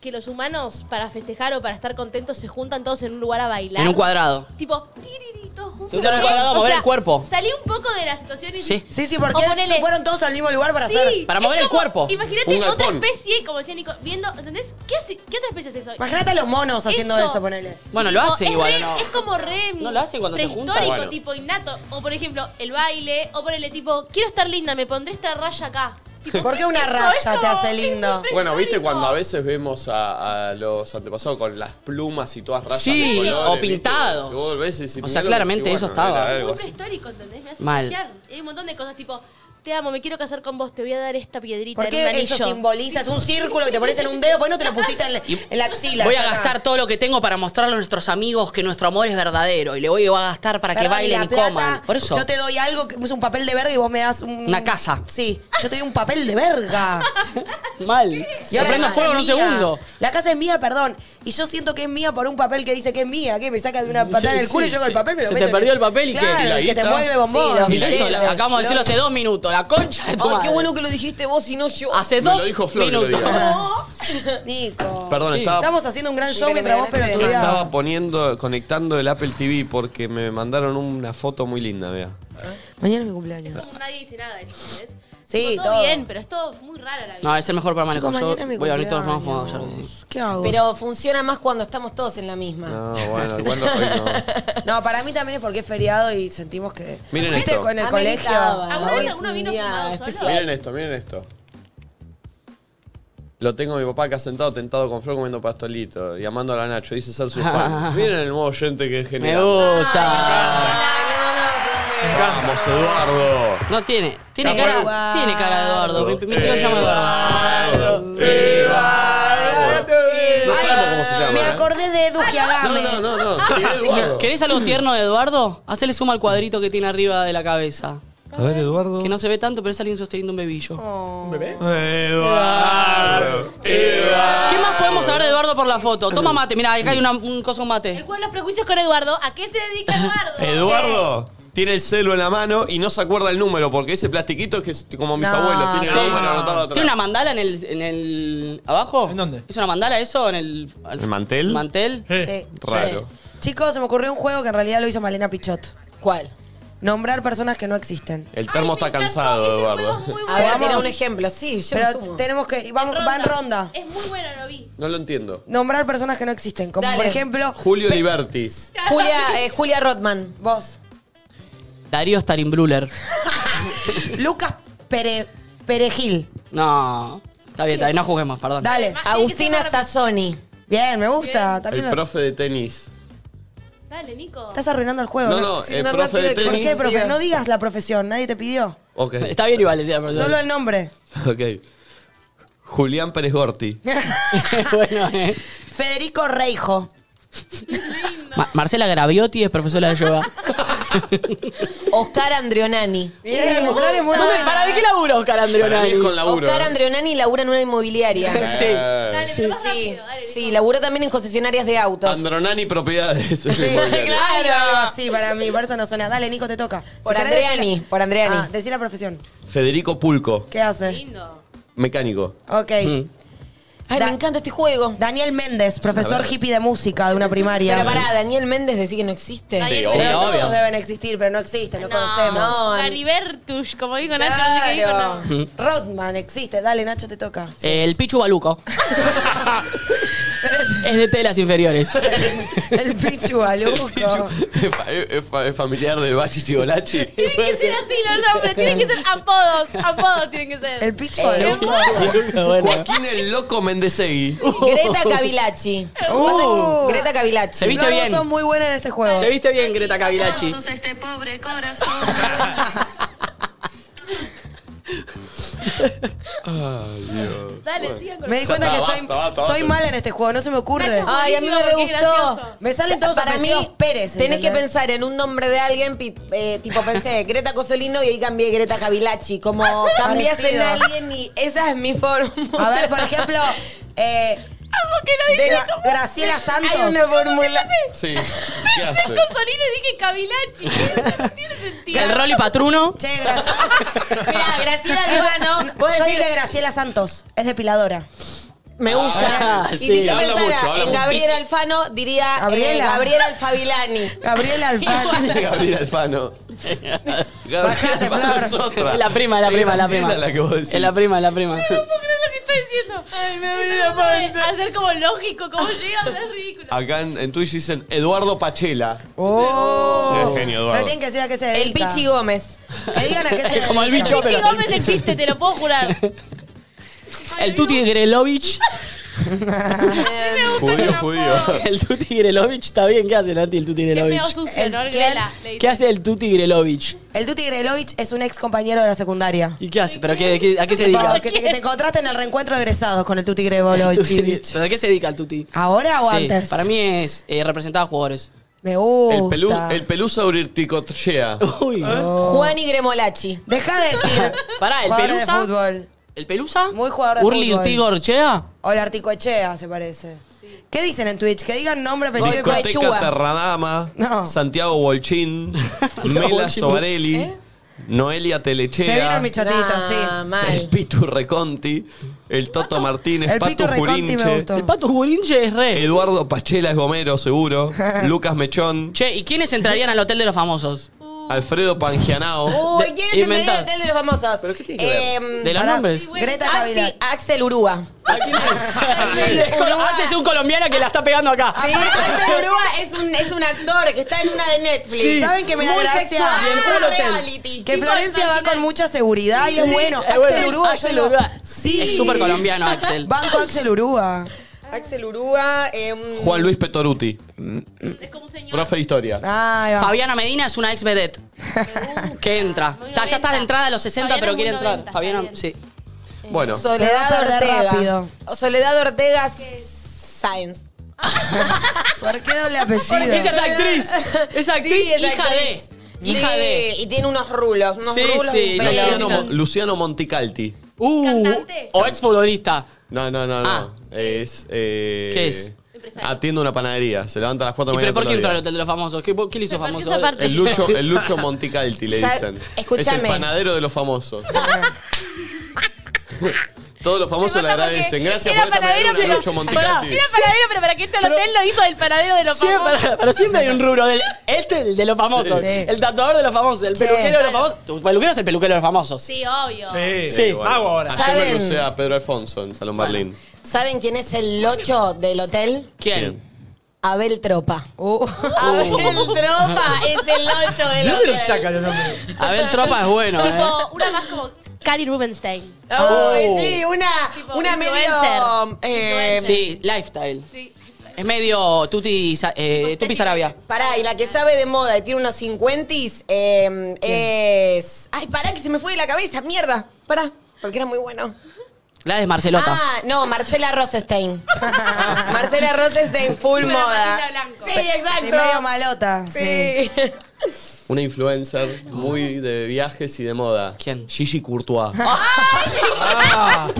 D: que los humanos, para festejar o para estar contentos, se juntan todos en un lugar a bailar?
C: En un cuadrado.
D: Tipo, tiriri, todos juntos. ¿eh?
C: Se juntan en un cuadrado a
D: O
C: mover
D: sea,
C: el cuerpo.
D: Salí un poco de la situación y...
C: Sí. Sí, sí,
B: porque
D: O
B: se fueron todos al mismo lugar para
D: Sí,
B: hacer- Para
D: es
B: mover el
D: como-
B: cuerpo.
D: Imagínate
B: Un
D: otra
B: galpón.
D: especie, como decía Nico, viendo, ¿entendés? ¿Qué, hace- qué otra especie es eso?
B: Imagínate a los monos haciendo eso, ponele.
C: Bueno, lo
D: Tipo,
C: hacen
D: es
C: igual,
D: re-
C: ¿no?
D: Es como re
C: No lo hacen cuando se juntan.
D: prehistórico,
C: Bueno.
D: tipo innato. O por ejemplo, el baile, o ponele tipo, quiero estar linda, me pondré esta raya acá. Tipo,
B: ¿Por qué una
D: es eso?
B: raya
D: Es como-
B: te hace lindo?
J: Bueno, viste cuando a veces vemos a, a los antepasados con las plumas y todas rayas.
C: Sí,
J: de colores,
C: o
J: ¿viste?
C: pintados.
J: Y vos volvés y decís,
C: O sea,
J: mirá lo que-
C: claramente
J: y bueno,
C: eso estaba.
J: era algo
D: Muy
J: así.
D: prehistórico, ¿entendés? Me hace
J: Mal.
D: flashear. Y Hay un montón de cosas tipo, te amo, me quiero casar con vos, te voy a dar esta piedrita.
B: ¿Por
D: en un
B: qué eso
D: anillo.
B: simboliza? Es un círculo que te pones en un dedo, ¿por qué no te lo pusiste en la, en la axila?
C: Voy a
B: Acá.
C: gastar todo lo que tengo para mostrarle a nuestros amigos que nuestro amor es verdadero. Y le voy a gastar para que
B: Perdón,
C: bailen
B: la
C: y
B: plata,
C: coman. Por eso.
B: Yo te doy algo, que es un papel de verga y vos me das un-
C: Una casa.
B: Sí, yo te doy un papel de verga.
C: Mal.
B: Y
C: Se
B: ahora la
C: prende
B: casa
C: fuego en un
B: es mía.
C: segundo.
B: La casa es mía, perdón. Y yo siento que es mía por un papel que dice que es mía, que me saca de una patada en el
C: Sí,
B: culo y
C: sí,
B: yo con el
C: sí.
B: papel me lo
C: Se te
B: meto en
C: perdió el papel y
B: Claro,
C: que.
B: el que te vuelve bombón.
C: Y eso, la- acabamos de decirlo hace dos minutos. La concha
B: Oh,
C: de tu
E: Ay, qué
C: madre.
E: bueno que lo dijiste vos y no yo.
C: Hace
J: Me lo dos dijo Flor el otro minutos. día.
B: Nico.
J: Perdón, estaba-
B: Estamos haciendo un gran show
E: que
B: mientras
E: me
B: vos pero
J: Me Estaba poniendo, conectando el Apple TV porque me mandaron una foto muy linda, mira.
B: Mañana es mi cumpleaños.
D: Como Nadie dice nada de eso, ¿entendés?
B: Sí,
D: Tipo, todo, eh.
B: todo.
D: bien, pero es todo muy raro la vida.
C: No, es el mejor para
B: Chicos,
C: manejar. Yo
B: mañana es mi
C: voy a venir todos los
B: cumpleaños.
C: vamos a ya lo decís.
B: ¿Qué hago?
E: Pero funciona más cuando estamos todos en la misma.
J: No, bueno, igual no, hoy no.
B: No, para mí también es porque es feriado y sentimos que.
J: Miren
B: ¿Viste?
J: esto.
B: Con el colegio.
E: Ameritaba.
D: ¿Alguna
E: Hoy
D: vez
E: es
D: alguno
E: un
D: vino
E: día
D: fumado solo?
E: especial.
J: Miren esto, miren esto. Lo tengo a mi papá acá sentado, tentado con Flor comiendo pastolito y amando a la Nacho. Dice ser su fan. Miren el nuevo oyente que es
C: Me
J: genial.
C: gusta.
J: Vamos, Eduardo.
C: No tiene. Tiene
J: Capaz-
C: cara. Tiene cara de Eduardo. Mi, mi tío se
J: Eh.
C: llama
J: Eduardo. No sabemos cómo se llama.
B: Me
J: ¿eh?
B: acordé de Edu Giagame.
J: No, no, no, no. Tiene Eduardo.
C: ¿Querés algo tierno de Eduardo? Hacele suma al cuadrito que tiene arriba de la cabeza.
J: A ver, Eduardo.
C: Que no se ve tanto, pero es alguien sosteniendo un bebillo.
F: ¿Un bebé?
J: Eduardo.
C: ¿Qué más podemos saber de Eduardo por la foto? Toma mate, mira, acá hay una, un coso un mate.
D: El juego de los prejuicios con Eduardo. ¿A qué se dedica Eduardo?
J: Eduardo tiene el celo en la mano y no se acuerda el número porque ese plastiquito es que es como mis
C: No,
J: abuelos. Tiene
C: sí.
J: el número anotado atrás.
C: ¿Tiene una mandala en el, en el. abajo? ¿En dónde? ¿Es una mandala eso? ¿En el. al-
J: ¿El mantel?
C: mantel?
B: Sí.
J: Raro.
B: Chicos, se me ocurrió un juego que en realidad lo hizo Malena Pichot.
E: ¿Cuál?
B: Nombrar personas que no existen.
J: El termo está cansado, Eduardo.
E: A ver,
B: Vamos.
E: tiene un ejemplo. Sí, yo me
B: Pero
E: sumo.
B: tenemos que. y Vamos, va en ronda.
D: Es muy bueno, lo vi.
J: No lo entiendo.
B: Nombrar personas que no existen. Como
E: Dale.
B: por ejemplo.
J: Julio Libertis.
E: Julia, eh, Julia Rotman.
B: Vos.
C: Darío Starinbruller.
B: Lucas Pere- Perejil.
C: No. Está bien, está bien, no juguemos, perdón.
B: Dale.
E: Agustina Sassoni.
B: Bien, me gusta. También
J: El
B: lo-
J: profe de tenis.
D: Dale, Nico.
B: Estás arruinando el juego.
J: No, no, el profe de
B: ¿Por
J: tenis.
B: qué, profe? No digas la profesión, nadie te pidió.
J: Ok.
C: Está bien igual, decía perdón.
B: Solo el nombre.
J: Ok. Julián Pérez Gorti.
C: bueno, eh.
B: Federico Reijo.
C: Ma- Marcela Graviotti es profesora de yoga.
E: Oscar Andrionani.
B: Bien, mujer es muy
C: ¿Dónde-
B: buena.
C: ¿Para de qué laburo Oscar
J: Para mí
C: Andreonani?
J: es con laburo.
E: Oscar
J: ¿eh?
E: Andrionani labura en una inmobiliaria.
C: Sí.
J: Eh,
E: Sí, sí, sí, labura también en concesionarias de autos.
J: Andronani Propiedades. es inmobiliario.
B: Claro. Sí, para mí, por eso no suena. Dale, Nico, te toca. Si
E: Por
B: querés
E: Andreani,
B: decir la-
E: por Andreani.
B: Ah, decí la profesión.
J: Federico Pulco.
B: ¿Qué hace?
D: Lindo.
J: Mecánico.
B: Ok.
J: Mm.
E: Ay,
B: Da-
E: me encanta este juego.
B: Daniel Méndez, profesor
J: verga.
B: hippie de música de una primaria.
E: Pero pará, Daniel Méndez decía que no existe.
J: Sí,
C: Sí,
J: obvio.
B: Todos
C: obvio.
B: deben existir, pero no existen, lo conocemos.
E: no.
D: Caribertush, como digo Nacho, no sé qué dijo
E: Claro.
D: no.
B: Rodman existe. Dale, Nacho, te toca.
J: Eh.
C: El Pichu Baluco.
B: Pero es-
C: Es de telas inferiores.
B: el Pichu
C: Oh.
B: Aluco.
J: Es, fa- es fa- es familiar de Bachi Chigolachi.
D: Tienen que ser así los nombres, tienen que ser apodos, apodos tienen que ser.
B: El Pichu
E: Eh,
B: Aluco.
C: Bueno.
J: Joaquín el Loco Mendesegui.
E: Greta Cavilachi.
B: Uh.
E: Greta Cavilachi.
C: Se viste
B: Los dos
C: bien.
B: son muy buenas en este juego.
C: Se viste bien, Greta Cavilachi.
H: este pobre corazón.
J: Ay, Dios.
D: Dale, sigan con
B: Me di
D: el-
B: cuenta
J: Ya
B: que
J: está,
B: soy,
J: basta, basta, basta.
B: soy mala en este juego, no se me ocurre.
D: Nacho, Ay, a mí me buenísimo, re porque es gustó. gracioso.
B: Me salen todos
E: Para mí,
B: apellidos Pérez.
E: tenés que
B: ¿entendés?
E: pensar en un nombre de alguien, pi- eh, tipo pensé Greta Cosolino y ahí cambié Greta Cavilachi. Como cambias en
B: Parecido.
E: alguien y esa es mi fórmula.
B: A ver, por ejemplo, eh,
E: De
B: Gra-
E: la-
B: Graciela Santos.
E: Hay una fórmula.
J: Sí. ¿Qué hace?
D: Con Solino dije Cavilachi. No tiene sentido.
C: El rol y patruno.
B: Che, Graciela.
E: Mira, Graciela Albano. Vos
B: Yo
E: decís-
B: dije Graciela Santos, es depiladora.
E: Me gusta.
J: Ah,
E: y
J: sí.
E: si yo
J: Habla
E: pensara
J: mucho, habla
E: en
J: mucho.
E: Gabriel Alfano, diría eh,
B: Gabriela.
E: Gabriel Alfavilani.
B: Gabriela Alfano.
J: Gabriel Alfano. Gabriel
B: Bajate,
J: Alfano
B: Flor.
J: es otra.
C: Es la prima, es la prima, es la
J: Graciela
C: prima.
J: la que vos decís.
C: Es la prima, es la prima.
D: No puedo creer lo que está diciendo. Ay, me duele la Hacer como lógico, como llega, o sea, es ridículo.
J: Acá en, en Twitch dicen Eduardo Pachela.
B: Oh.
J: Es genio, Eduardo.
B: Pero tienen que decir a qué se
E: El
B: dedica.
E: Pichi Gómez.
B: Que digan a qué se dedica.
C: Como el bicho,
D: Pichi
C: pero.
D: Gómez existe, te lo puedo jurar.
C: El Tuti Grelovich.
J: Judío, judío.
C: El Tuti Grelovich está bien. ¿Qué hace, Nati, el Tuti
D: Es medio
C: Grelovich?
D: sucio, ¿no? Grela, le
C: ¿Qué
D: dice.
C: hace el Tuti Grelovich?
B: El Tuti Grelovich es un ex compañero de la secundaria.
C: ¿Y qué hace? ¿Pero qué, de qué- a qué se
B: Tipo,
C: dedica?
B: que te, que te encontraste en el reencuentro de egresados con el Tuti Grelovich.
C: ¿Pero de qué se dedica el Tuti?
B: ¿Ahora o
C: Sí,
B: antes?
C: Para mí es eh, representar a jugadores.
B: Me gusta.
J: El, pelu, el pelusa urticochea.
C: Uy.
B: ¿Eh? Oh.
E: Juan y Gremolachi.
B: Deja de decir.
C: Pará, el
B: jugador de
C: Pelusa.
B: fútbol.
C: ¿El Pelusa?
B: Muy jugador de
C: Urli
B: fútbol.
C: Urtigo Orchea.
B: O el Articochea, se parece. ¿Qué dicen en Twitch? Que digan nombre, apellido y
E: Discoteca.
J: Discoteca
E: Pechuga.
J: Terradama.
B: No.
J: Santiago Bolchín. Mela
C: Bolchín.
J: Sobarelli.
E: ¿Eh?
J: Noelia
B: Se vieron
J: Telechea.
B: mis chotitos,
E: Ah,
B: sí.
J: El
E: mal.
J: Pitu Reconti. El Toto Martínez.
B: El
J: Pato
B: Pitu Reconti me
J: Jurinche.
B: gustó.
C: El Pato Jurinche es re.
J: Eduardo Pachela es Gomero, seguro. Lucas Mechón.
C: Che, ¿y quiénes entrarían al Hotel de los Famosos?
J: Alfredo Pangianao.
E: Uy,
C: De-
E: ¿quién es el
C: inventado.
E: hotel de los famosos?
J: ¿Pero qué tiene que ver?
E: Em,
C: ¿De los
B: Pará.
C: nombres?
D: bueno,
B: Greta
E: ah, sí,
B: Cavidad.
E: Axel Urúa.
C: ¿A quién es? Es colo- Haces un colombiano que la está pegando acá.
E: Sí, Axel Urúa es un, es un actor que está en una de Netflix.
C: Sí.
B: ¿Saben qué me da
E: Muy
B: gracia?
E: sexual,
B: Y el Full Hotel.
E: reality.
B: Que Florencia va con mucha seguridad y es bueno.
C: es
B: Axel
C: Eh, bueno.
B: Urúa.
C: Axel
B: yo digo,
C: Urúa.
B: Sí.
C: Es súper colombiano, Axel.
B: Banco Axel Urúa.
E: Axel Urúa. em,
J: Juan Luis Petoruti.
D: Es como un señor.
J: Profe de historia.
B: Ay, va.
C: Fabiana Medina es una ex vedette que entra.
D: Muy
C: Está- ya está
D: 90.
C: de entrada a los 60,
D: Fabiana
C: pero quiere
D: muy
C: entrar.
D: 90, está
C: Fabiana,
D: bien.
C: sí.
J: Bueno.
B: Te va a
E: Soledad
B: perder
E: Ortega.
B: rápido.
E: Soledad Ortega Sáenz.
B: ¿Por qué doble apellido?
C: Ella es actriz. Es actriz,
E: es
C: hija
E: actriz.
C: de. Hija
E: Sí,
C: de.
E: Y tiene unos rulos, unos
C: Sí,
E: rulos. de un
C: sí,
E: pelo.
J: Luciano,
C: sí,
J: Mo- Luciano Monticalti.
C: Uh,
D: Cantante.
C: o ex futbolista.
J: No, no, no,
C: Ah.
J: no. Es. eh,
C: ¿Qué es?
D: Empresario.
J: Atiende una panadería. Se levanta a las 4 de la
C: ¿Pero
J: mañana.
C: por qué
J: todos los
C: entró
J: días.
C: al Hotel de los Famosos? ¿Qué, ¿Qué le hizo
D: Me perdí
C: famoso?
D: esa parte.
J: el Lucho, el Lucho Monticalti le
E: Sa-
J: dicen.
E: Escúchame.
J: Es el panadero de los famosos. Todos los famosos
D: Me
J: le
D: mata porque
J: agradecen. Gracias
D: era
J: por esta
D: panadero,
J: panadera,
D: pero-
J: Lucho Monticalti.
D: Era paradero, pero para que este al hotel lo hizo del paradero de los
C: Siempre,
D: famosos.
C: pero siempre hay un rubro. del- este, el de los famosos. El tatuador de los famosos. El peluquero de los famosos. Tu peluquero es el peluquero de los famosos.
D: Sí, obvio.
F: Sí,
C: Sí.
F: Mago ahora.
J: Ayer me
E: ¿Saben?
J: crucé a Pedro Alfonso en Salón Berlín.
E: ¿Saben quién es el locho del hotel?
C: ¿Quién?
E: Abel Tropa. Abel Tropa es el locho del
F: ¿De dónde lo
E: hotel.
F: saca de nombre?
C: Abel Tropa es bueno, ¿eh?
D: Tipo, una más como Cali Rubenstein.
E: Ay, sí, una,
D: Tipo
E: una medio...
D: influencer.
E: eh,
C: Sí, lifestyle.
D: Sí.
C: Es medio Tuti, Sa- eh, Tupi Sarabia.
E: Pará, y la que sabe de moda y tiene unos 50 eh, es... Ay, pará, que se me fue de la cabeza, mierda. Pará, porque era muy bueno.
C: La de Marcelota.
E: Ah, no, Marcela Rosenstein. Marcela Rosenstein, full
D: Una
E: moda.
D: patita blanco.
E: Sí, exacto.
B: Sí, medio malota. Sí.
E: Sí.
J: Una influencer muy de viajes y de moda.
C: ¿Quién?
J: Gigi Courtois.
D: Ah,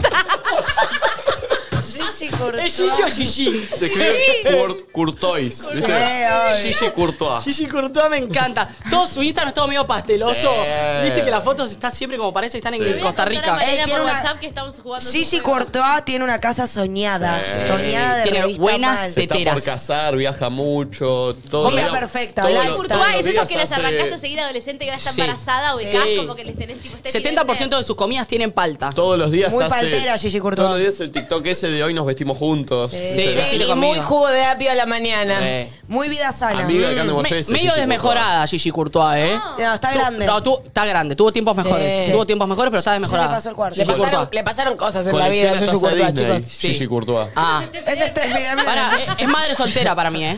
B: Gigi
C: Es
B: Courtois.
C: Gigi o Gigi.
J: Se escribe Court- Courtois. ¿viste?
B: Eh, obvio.
J: Gigi Courtois.
C: Gigi Courtois me encanta. Todo su Instagram es todo medio pasteloso.
J: Sí.
C: Viste que las fotos están siempre como parece que están en
J: Sí.
D: Voy
C: Costa
D: a contar
C: Rica.
D: a Mariana
B: Eh, quiero
D: por
B: una-
D: WhatsApp que estamos jugando. un
B: Gigi
D: juego.
B: Courtois tiene una casa soñada. Soñada de
C: Tiene
B: revista
C: buenas
B: mal.
J: Se está por
C: teteras.
J: casar, viaja mucho, todo.
B: Comida
J: lo-
B: perfecta,
J: todo lo-
B: lifestyle.
J: todos los
D: Courtois es esos
J: días
D: que las
J: hace-
D: arrancaste a seguir adolescente que ahora está
C: Sí.
D: embarazada,
C: Sí.
D: ubicás como que les tenés tipo este
C: 70% de sus comidas tienen palta.
J: Todos los días
B: Muy
J: hace.
B: paltera, Gigi Courtois.
J: Todos los días el TikTok ese de hoy nos vestimos juntos.
C: Sí,
J: ¿viste?
C: vestile
E: Y muy
C: conmigo.
E: jugo de apio a la mañana.
C: Eh.
B: Muy vida sana.
J: Amiga de Cándido
C: Me-
J: Morfese, Gigi
C: medio
J: Courtois.
C: desmejorada Gigi Courtois, ¿eh?
B: No, está
C: Tu-
B: grande.
C: No, tu- está grande. Tuvo tiempos mejores. Tuvo tiempos mejores, pero está desmejorada.
B: pasó el cuarto.
E: Le,
C: Gigi
E: pasaron,
C: Courtois.
E: le pasaron cosas en la
J: Colecciona
E: vida a Gigi
J: tazas
E: Courtois,
J: Disney,
E: chicos.
C: Sí.
J: Gigi Courtois.
C: Ah.
B: Es Steffi. dame una
C: Pará, eh,
B: noticia.
C: es, es madre soltera para mí, ¿eh?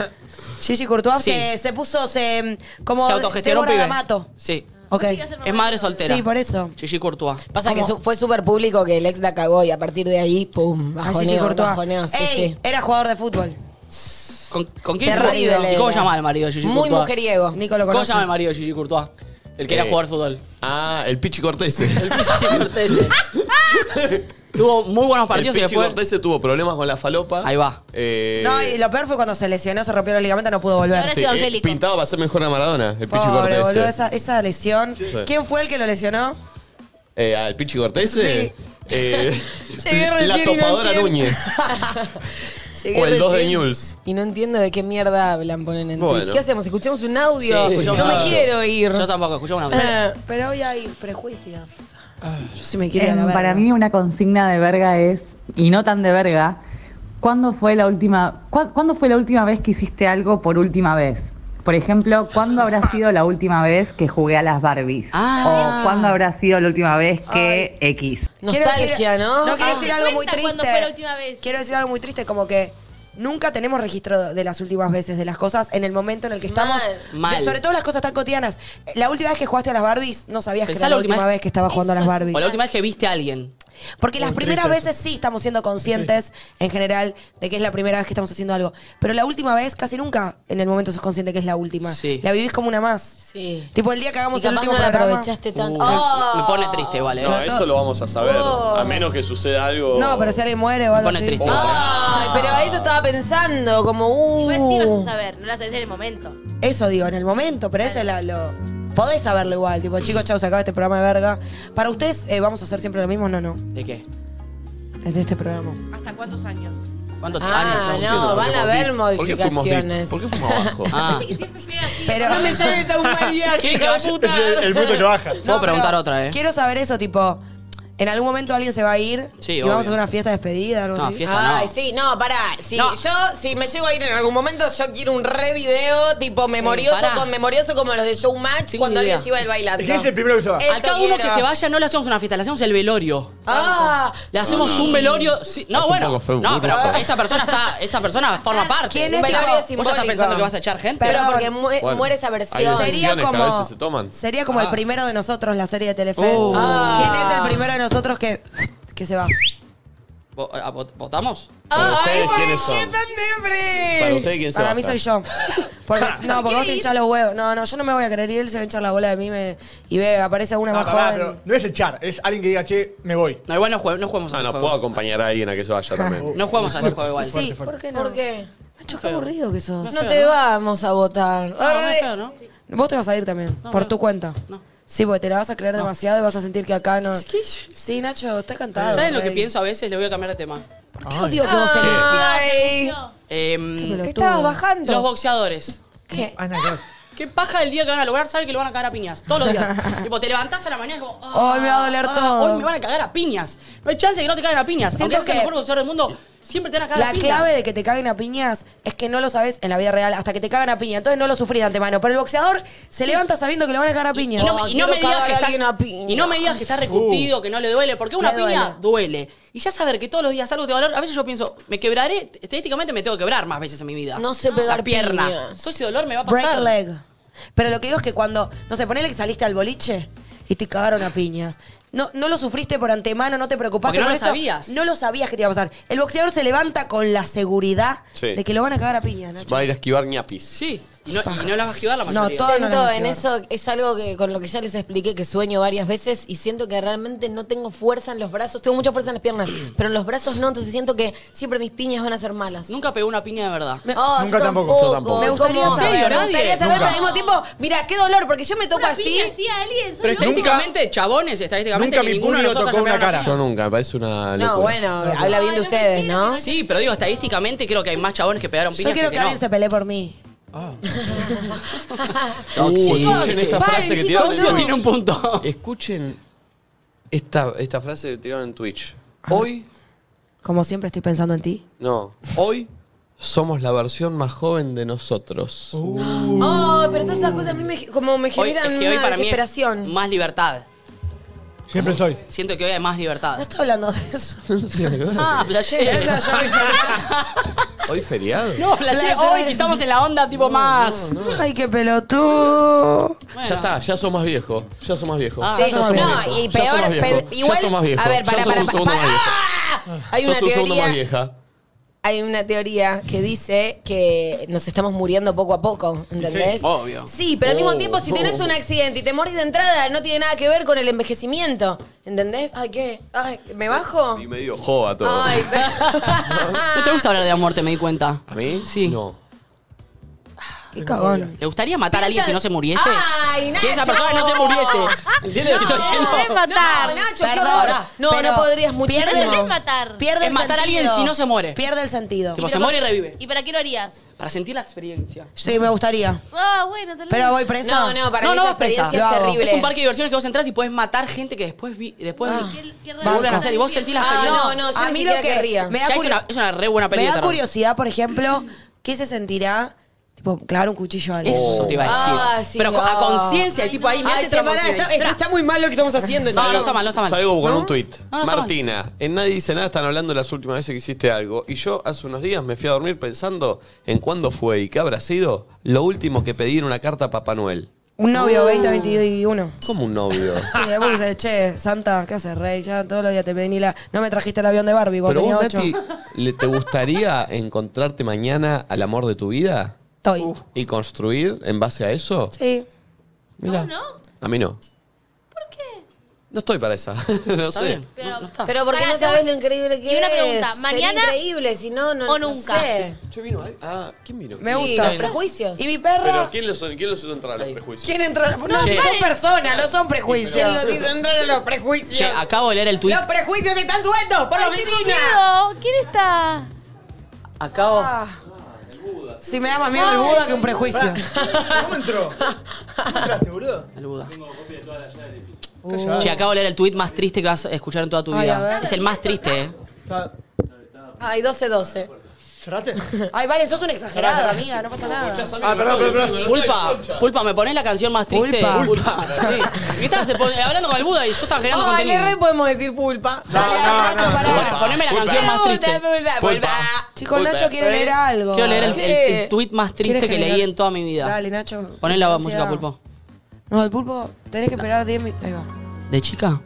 B: Gigi Courtois
C: Sí.
B: se, se puso se, como
C: Se autogestionó un
B: Débora
C: pibe.
B: D'Amato.
C: Sí.
B: Ok.
C: Es madre soltera.
B: Sí, por eso.
C: Gigi Courtois.
E: Pasa que su- fue súper público que el ex la cagó y a partir de ahí, pum,
B: Ay, Gigi
E: bajoneo,
B: Courtois.
E: bajoneo, sí,
B: Ey,
E: sí.
B: Era jugador de fútbol.
C: ¿Con, con quién
E: Terrible
C: ¿Y cómo
E: era.
C: llamaba el marido de Gigi
E: Muy
C: Courtois?
E: mujeriego.
B: Nico lo
C: ¿Cómo
B: conoce.
C: llama el marido de Gigi Courtois? El que era
J: Eh.
C: jugador de fútbol.
J: Ah, el Pichi Cortese.
C: El Pichi Cortese. Tuvo muy buenos partidos y
J: el Pichi
C: después.
J: Cortese tuvo problemas con la falopa.
C: Ahí va.
J: Eh,
B: No, y lo peor fue cuando se lesionó, se rompió los ligamentos, no pudo volver.
J: sí, eh, pintaba para ser mejor a Maradona, el Pichi
B: Pobre, boludo,
J: Cortese.
B: esa, esa lesión. ¿Quién fue el que lo lesionó?
J: Eh, ¿Al Pichi Cortese? Eh,
E: Llegué
J: la
E: recién y no
J: topadora
E: entiendo.
J: Núñez.
E: Llegué
J: o el 2 de
E: recién
J: Newell's.
E: Y no entiendo de qué mierda hablan, ponen en
J: Bueno.
E: Twitch. ¿Qué hacemos? ¿Escuchamos un audio?
C: Sí, escuchamos
E: no
C: un
E: me
C: audio.
E: quiero ir.
C: Yo tampoco, escuchamos una vez.
E: Eh,
B: Pero hoy hay prejuicios. Yo sí me quiero ir a
L: Em,
B: la verga.
L: para mí una consigna de verga es, y no tan de verga, ¿cuándo fue la última, cua- cuándo fue la última vez que hiciste algo por última vez? Por ejemplo, ¿cuándo habrá sido la última vez que jugué a las Barbies?
C: Ah.
L: ¿O cuándo habrá sido la última vez que X?
B: Quiero decir-
E: Nostalgia, ¿no?
B: No quiero
E: Ah.
B: decir algo muy
D: Cuenta cuándo
B: triste.
D: fue la última vez.
B: Quiero decir algo muy triste, como que nunca tenemos registro de las últimas veces de las cosas en el momento en el que estamos.
E: Mal.
B: De-
C: Mal.
B: sobre todo las cosas tan cotidianas. La última vez que jugaste a las Barbies, no sabías que
C: Pensá
B: era la última vez que estaba jugando a las Barbies.
C: O la última vez que viste a alguien.
B: Porque las
F: Muy
B: primeras
F: triste
B: veces sí estamos siendo conscientes en general de que es la primera vez que estamos haciendo algo. Pero la última vez, casi nunca en el momento sos consciente que es la última.
C: Sí.
B: La vivís como una más.
E: Sí.
B: Tipo el día que hagamos
E: Y
B: el
E: capaz
B: último
E: no la
B: programa.
E: aprovechaste tanto.
C: Uh, me-
E: Oh.
C: Me pone triste, ¿eh? vale.
J: No,
F: eh.
B: Sobre todo-
J: eso lo vamos a saber.
D: Oh.
J: A menos que suceda algo.
B: No, pero si alguien muere o algo
C: pone
B: así.
C: triste.
E: Ay, pero a eso estaba pensando, como, uh.
D: Igual sí vas a saber, no la sabés en el momento.
B: Eso digo, en el momento, pero ese la- lo. Podés saberlo igual, tipo, chicos, chau, se acaba este programa de verga. Para ustedes, eh, ¿vamos a hacer siempre lo mismo? No, no.
C: ¿De qué?
B: Desde este programa.
D: ¿Hasta cuántos años?
C: ¿Cuántos años
E: Ah,
C: son?
E: no, van a haber
J: ¿Por qué fuimos deep?
E: modificaciones.
J: ¿Por qué fuimos abajo?
C: Ah.
D: Viste que siempre pega así.
B: Pero.
E: No me lleves a un mariachi,
C: ¿Qué?
E: hija
C: Que
E: puta.
F: El punto que baja.
C: Puedo preguntar
B: pero
C: otra, ¿eh?
B: Quiero saber eso, tipo. En algún momento alguien se va a ir
C: Sí,
B: y
C: obvio.
B: vamos a hacer una fiesta de despedida, algo
C: No,
B: así.
C: fiesta no.
E: Ay, sí, no, pará. Si
C: No.
E: yo, si me llego a ir en algún momento, yo quiero un re video tipo memorioso
C: pará.
E: con memorioso como los de Showmatch
C: Tengo
E: cuando
C: una idea.
E: alguien se iba del bailando.
F: ¿Qué es el primero que se va?
E: Eso
C: A cada uno
E: quiero.
C: que se vaya no le hacemos una fiesta, le hacemos el velorio.
E: Ah,
C: Le hacemos un velorio. sí- No,
J: Es un
C: bueno.
J: poco feo,
C: no,
J: muy
C: pero
J: poco.
C: esa persona está. Esta persona forma parte.
B: ¿Quién
E: un
B: es,
E: velorio
B: tipo,
E: simbólico.
C: ¿Vos ya estás pensando que vas a echar gente?
E: Pero
B: Perdón.
E: porque mu-
J: Bueno,
E: muere esa versión.
J: hay
B: Sería
J: decisiones que a
B: como,
J: veces se toman.
B: sería
C: Ah.
B: como el primero de nosotros, la serie de Telefe.
C: Oh.
B: ¿Quién es
J: Ah.
B: el primero de nosotros que, que se va?
C: ¿Vo- ah, vot- ¿Votamos?
J: ¿Para ustedes
E: ¿por
J: quiénes
E: qué
J: son?
E: tan debre?
J: Para ustedes quién se
B: Para
J: va?
B: mí soy yo. Porque, no, porque vos te hinchás los huevos. No, no, yo no me voy a querer ir, él se va a hinchar la bola de mí me- y ve, aparece una
F: Ah,
B: más
F: pará,
B: joven.
F: pero no es echar, es alguien que diga, che, me voy.
C: No, igual no, jue- no jugamos a
J: Ah,
C: ese
J: no,
C: juego.
J: puedo acompañar a alguien a que se vaya también.
C: No jugamos a ese juego igual.
B: sí,
F: fuerte, fuerte.
B: ¿por qué no?
E: ¿Por qué?
B: Nacho, qué aburrido que sos.
E: No te vamos a votar. eh,
C: No, no es feo, ¿no?
B: Vos te vas a ir también,
C: No,
B: por
C: no.
B: tu cuenta.
C: No.
B: Sí, porque te la vas a creer demasiado y vas a sentir que acá no...
C: ¿Qué?
B: Sí, Nacho, está cantado.
C: ¿Saben lo que
B: rey.
C: pienso a veces? Le voy a cambiar de tema.
B: ¿Por qué odio que vos
E: Ay.
C: Em,
B: Qué
E: Estabas
B: pelotudo.
E: bajando.
C: los boxeadores.
B: ¿Qué?
F: Ah, nada que ver.
C: ¿Qué paja el día que van a lograr? Saben que lo van a cagar a piñas. Todos los días. tipo, te levantás a la mañana y es como. ah,
B: Hoy me va a doler todo.
C: Hoy me van a cagar a piñas. No hay chance de que no te caguen a piñas.
B: Siento
C: Aunque seas el
B: que-
C: mejor boxeador del mundo, siempre te van a cagar
B: La
C: a piñas.
B: clave de que te caguen a piñas es que no lo sabes en la vida real hasta que te cagan a piña. Entonces no lo sufrís de antemano. Pero el boxeador se levanta sabiendo que le van a cagar a piña.
C: Y no, me- y no
E: quiero
C: me digas
E: cagar
C: que
E: a
C: está,
E: alguien a piña.
C: y no me digas que está recutido, que no le duele, porque una
B: Me
C: piña duele. Y ya saber que todos los días algo te va a doler, a veces yo pienso, me quebraré, estadísticamente me tengo que quebrar más veces en mi vida.
E: No sé pegar
C: La pierna.
E: piñas.
C: Todo ese dolor me va a
B: Break
C: pasar.
B: leg. Pero lo que digo es que cuando, no sé, ponele que saliste al boliche y te cagaron a piñas. No, no lo sufriste por antemano, no te preocupaste
C: Porque no
B: por
C: lo
B: eso.
C: sabías.
B: No lo sabías que te iba a pasar. El boxeador se levanta con la seguridad
J: Sí.
B: de que lo van a cagar a piñas, Nacho.
J: Va a ir a esquivar ñapis.
C: Sí. Y no, y no la vas a esquivar la
B: No,
C: mayoría.
B: todo- Todas
E: siento
B: nos las
E: en
B: hemos
E: eso es algo que con lo que ya les expliqué que sueño varias veces y siento que realmente no tengo fuerza en los brazos tengo mucha fuerza en las piernas pero en los brazos no entonces siento que siempre mis piñas van a ser malas
C: Nunca pegó una piña de verdad.
E: Oh,
F: Nunca
E: yo
F: tampoco.
J: Yo tampoco.
B: Me gustaría
E: ¿Cómo?
B: saber.
C: ¿En serio?
E: Me gustaría
C: Nadie.
E: saber, pero al mismo
C: Nunca.
E: tiempo, mira, qué dolor, porque yo me toco
D: Una
E: así.
D: piña así a alguien, soy
C: Pero
D: loca.
C: estadísticamente, chabones, estadísticamente,
F: Nunca
C: que
F: mi
C: ninguno de
F: puño
C: nosotros
F: tocó
C: haya
F: una
C: pegado
F: cara.
J: Yo nunca, me parece una locura.
E: No, bueno, habla bien
D: Ay,
E: de
D: no
E: ustedes,
D: mentira,
E: ¿no?
D: no.
C: Sí, pero digo, estadísticamente creo que hay más chabones que pegaron piñas
B: Yo quiero que,
C: que,
B: alguien se
C: no.
B: pelee por mí.
J: Uy, escuchen esta
E: Paren,
J: frase que
E: chicos,
J: tiraron.
C: Tóxico
J: en
C: tiene un punto.
J: Escuchen esta, esta frase que tiraron en Twitch. Hoy,
B: Como siempre estoy pensando en ti.
J: no, hoy somos la versión más joven de nosotros.
F: Uh.
E: Oh, pero todas esas cosas a mí me, como me
C: Hoy,
E: generan
C: es que hoy
E: una
C: para mí
E: desesperación.
C: es más libertad.
F: Siempre soy.
C: Siento que hoy hay más libertad.
B: No estoy hablando de eso.
C: Ah, flashé.
J: Hoy feriado.
C: Ah. No, flashé hoy, que estamos en la onda tipo más.
B: Ay, qué pelotudo.
J: Ya está, ya sos más viejo. Ya sos más viejo.
E: Ah,
J: ya
E: sí.
J: sos
E: No,
J: más viejo.
E: y
J: ya sos
E: peor,
J: más viejo.
E: pe- igual-
J: ya sos más viejo.
E: a ver,
J: ya
E: pará,
J: sos un
E: pará,
J: segundo
E: pará. Ah,
J: más viejo.
E: Hay
J: sos
E: una
J: un segundo más
E: teoría.
J: vieja.
E: Hay una teoría que dice que nos estamos muriendo poco a poco, ¿entendés?
C: Sí, obvio.
E: Sí, pero al mismo
C: Oh,
E: tiempo, si
C: oh.
E: tenés un accidente y te morís de entrada, no tiene nada que ver con el envejecimiento, ¿entendés? Ay, ¿qué? Ay, ¿me bajo?
A: Y medio joda todo.
E: Ay, pero-
C: No te gusta hablar de la muerte, me di cuenta.
A: ¿A mí? Sí. No.
B: Qué cagón.
C: ¿Le gustaría matar a alguien si no se muriese?
E: Ay,
C: si esa
E: Nacho.
C: persona no se muriese. ¿Entiendes lo que estoy
E: No,
C: diciendo?
E: no, Nacho, qué
B: Perdón,
E: horror. No,
B: pero
E: no podrías muchísimo.
B: pierde-
D: No es matar.
B: Pierde
C: Es
B: el
C: matar a alguien
B: sentido.
C: si no se muere.
B: Pierde el sentido.
C: Tipo, se muere y revive.
D: ¿Y para qué lo harías?
C: Para sentir la experiencia.
B: Sí, me gustaría.
D: Ah, bueno, tal vez.
B: Pero voy presa.
E: No, no, para
C: no,
E: mí
C: no
E: esa
C: vas presa.
E: experiencia es
B: Lo hago.
E: terrible.
C: Es un parque de diversiones que vos entras y puedes matar gente que después, vi- después
D: Qué- qué
C: se vuelven
B: Banco.
C: a hacer. Y vos sentís la
E: Ah,
C: experiencia.
E: no, no, yo
B: a
E: ni
B: mí lo
E: siquiera
B: que
E: querría.
B: me da,
C: Ya es
B: curi-
C: una, es una re buena
B: me
C: película.
B: da curiosidad, por ejemplo, ¿qué se sentirá? Tipo, clavar un cuchillo a alguien. Oh.
C: Eso te iba a decir.
E: Ah, sí,
C: Pero co- a
E: ah.
C: conciencia, el tipo ahí, este mira
E: Ay, che, pará, está, es que está muy mal lo que estamos haciendo.
C: No, no
E: chicos.
C: está mal, no está mal.
A: Salgo con un tweet.
C: No, no está
A: Martina, en Nadie Dice Nada están hablando de las últimas veces que hiciste algo. Y yo hace unos días me fui a dormir pensando en cuándo fue y qué habrá sido lo último que pedí en una carta a Papá Noel.
B: Un
E: Uh.
B: novio, 20, 21.
A: Como un novio.
B: Sí, de puse, che, Santa, ¿qué haces, rey? Ya todos los días te pedí ni la... No me trajiste el avión de Barbie cuando
A: Pero vos,
B: tenía 8.
A: Nati, ¿le- ¿te gustaría encontrarte mañana al amor de tu vida?
B: Estoy.
E: Uh.
A: ¿Y construir en base a eso?
B: Sí.
A: Mira,
D: ¿No?
A: a mí no.
D: ¿Por qué?
A: No estoy para esa. no
C: Está
A: sé.
C: bien. No, no está.
E: Pero porque
D: Pará,
E: no
D: te voy-
E: sabes lo increíble que
D: y una
E: es.
D: pregunta,
E: Sería
D: ¿mañana
E: increíble, si no, no
D: o
E: no
D: nunca?
E: sé.
A: Che, vino ahí. Ah, ¿quién vino?
B: Me
E: Sí,
B: gusta.
E: los prejuicios.
B: ¿Y mi perro?
A: Pero ¿quién los, quién los hizo entrar a los prejuicios?
B: ¿Quién entró? No, son personas, no son prejuicios.
E: hizo entrar a los prejuicios?
C: Che, acabo de leer el tweet.
E: prejuicios están sueltos por la oficina!
D: Miedo. ¿Quién está?
C: Acabo.
B: Si me da más miedo el Buda que un prejuicio.
M: ¿Cómo entró? ¿Cómo entraste, boludo?
C: el Buda.
M: Callado.
C: Uh. Che, acabo de leer el tweet más triste que vas a escuchar en toda tu
B: Ay, a
C: vida.
B: ver.
C: Es el más triste, eh.
M: Está-
E: Ay, 12-12.
M: ¿Cerraste?
B: Ay, vale, sos una exagerada, amiga, no pasa nada.
M: Ah, perdón, perdón, perdón.
C: Pulpa, Pulpa, ¿me pones la canción más triste?
B: Pulpa.
C: Sí. Y estabas te pon- hablando con el Buda y yo estaba generando
E: Ay,
C: contenido.
E: le re podemos decir pulpa. Dale, dale, Nacho, pará.
C: Pon- Poneme la canción más triste.
E: Pulpa, pulpa.
B: Chicos, Nacho quiere leer algo.
C: Quiero leer el, el- el tweet más triste
B: ¿Quieres
C: que leí
B: generar-
C: en toda mi vida.
B: Dale, Nacho.
C: Poné la
B: Ansiedad.
C: música, Pulpo.
B: No, el pulpo, tenés que esperar 10 minutos. Ahí va.
C: De chica,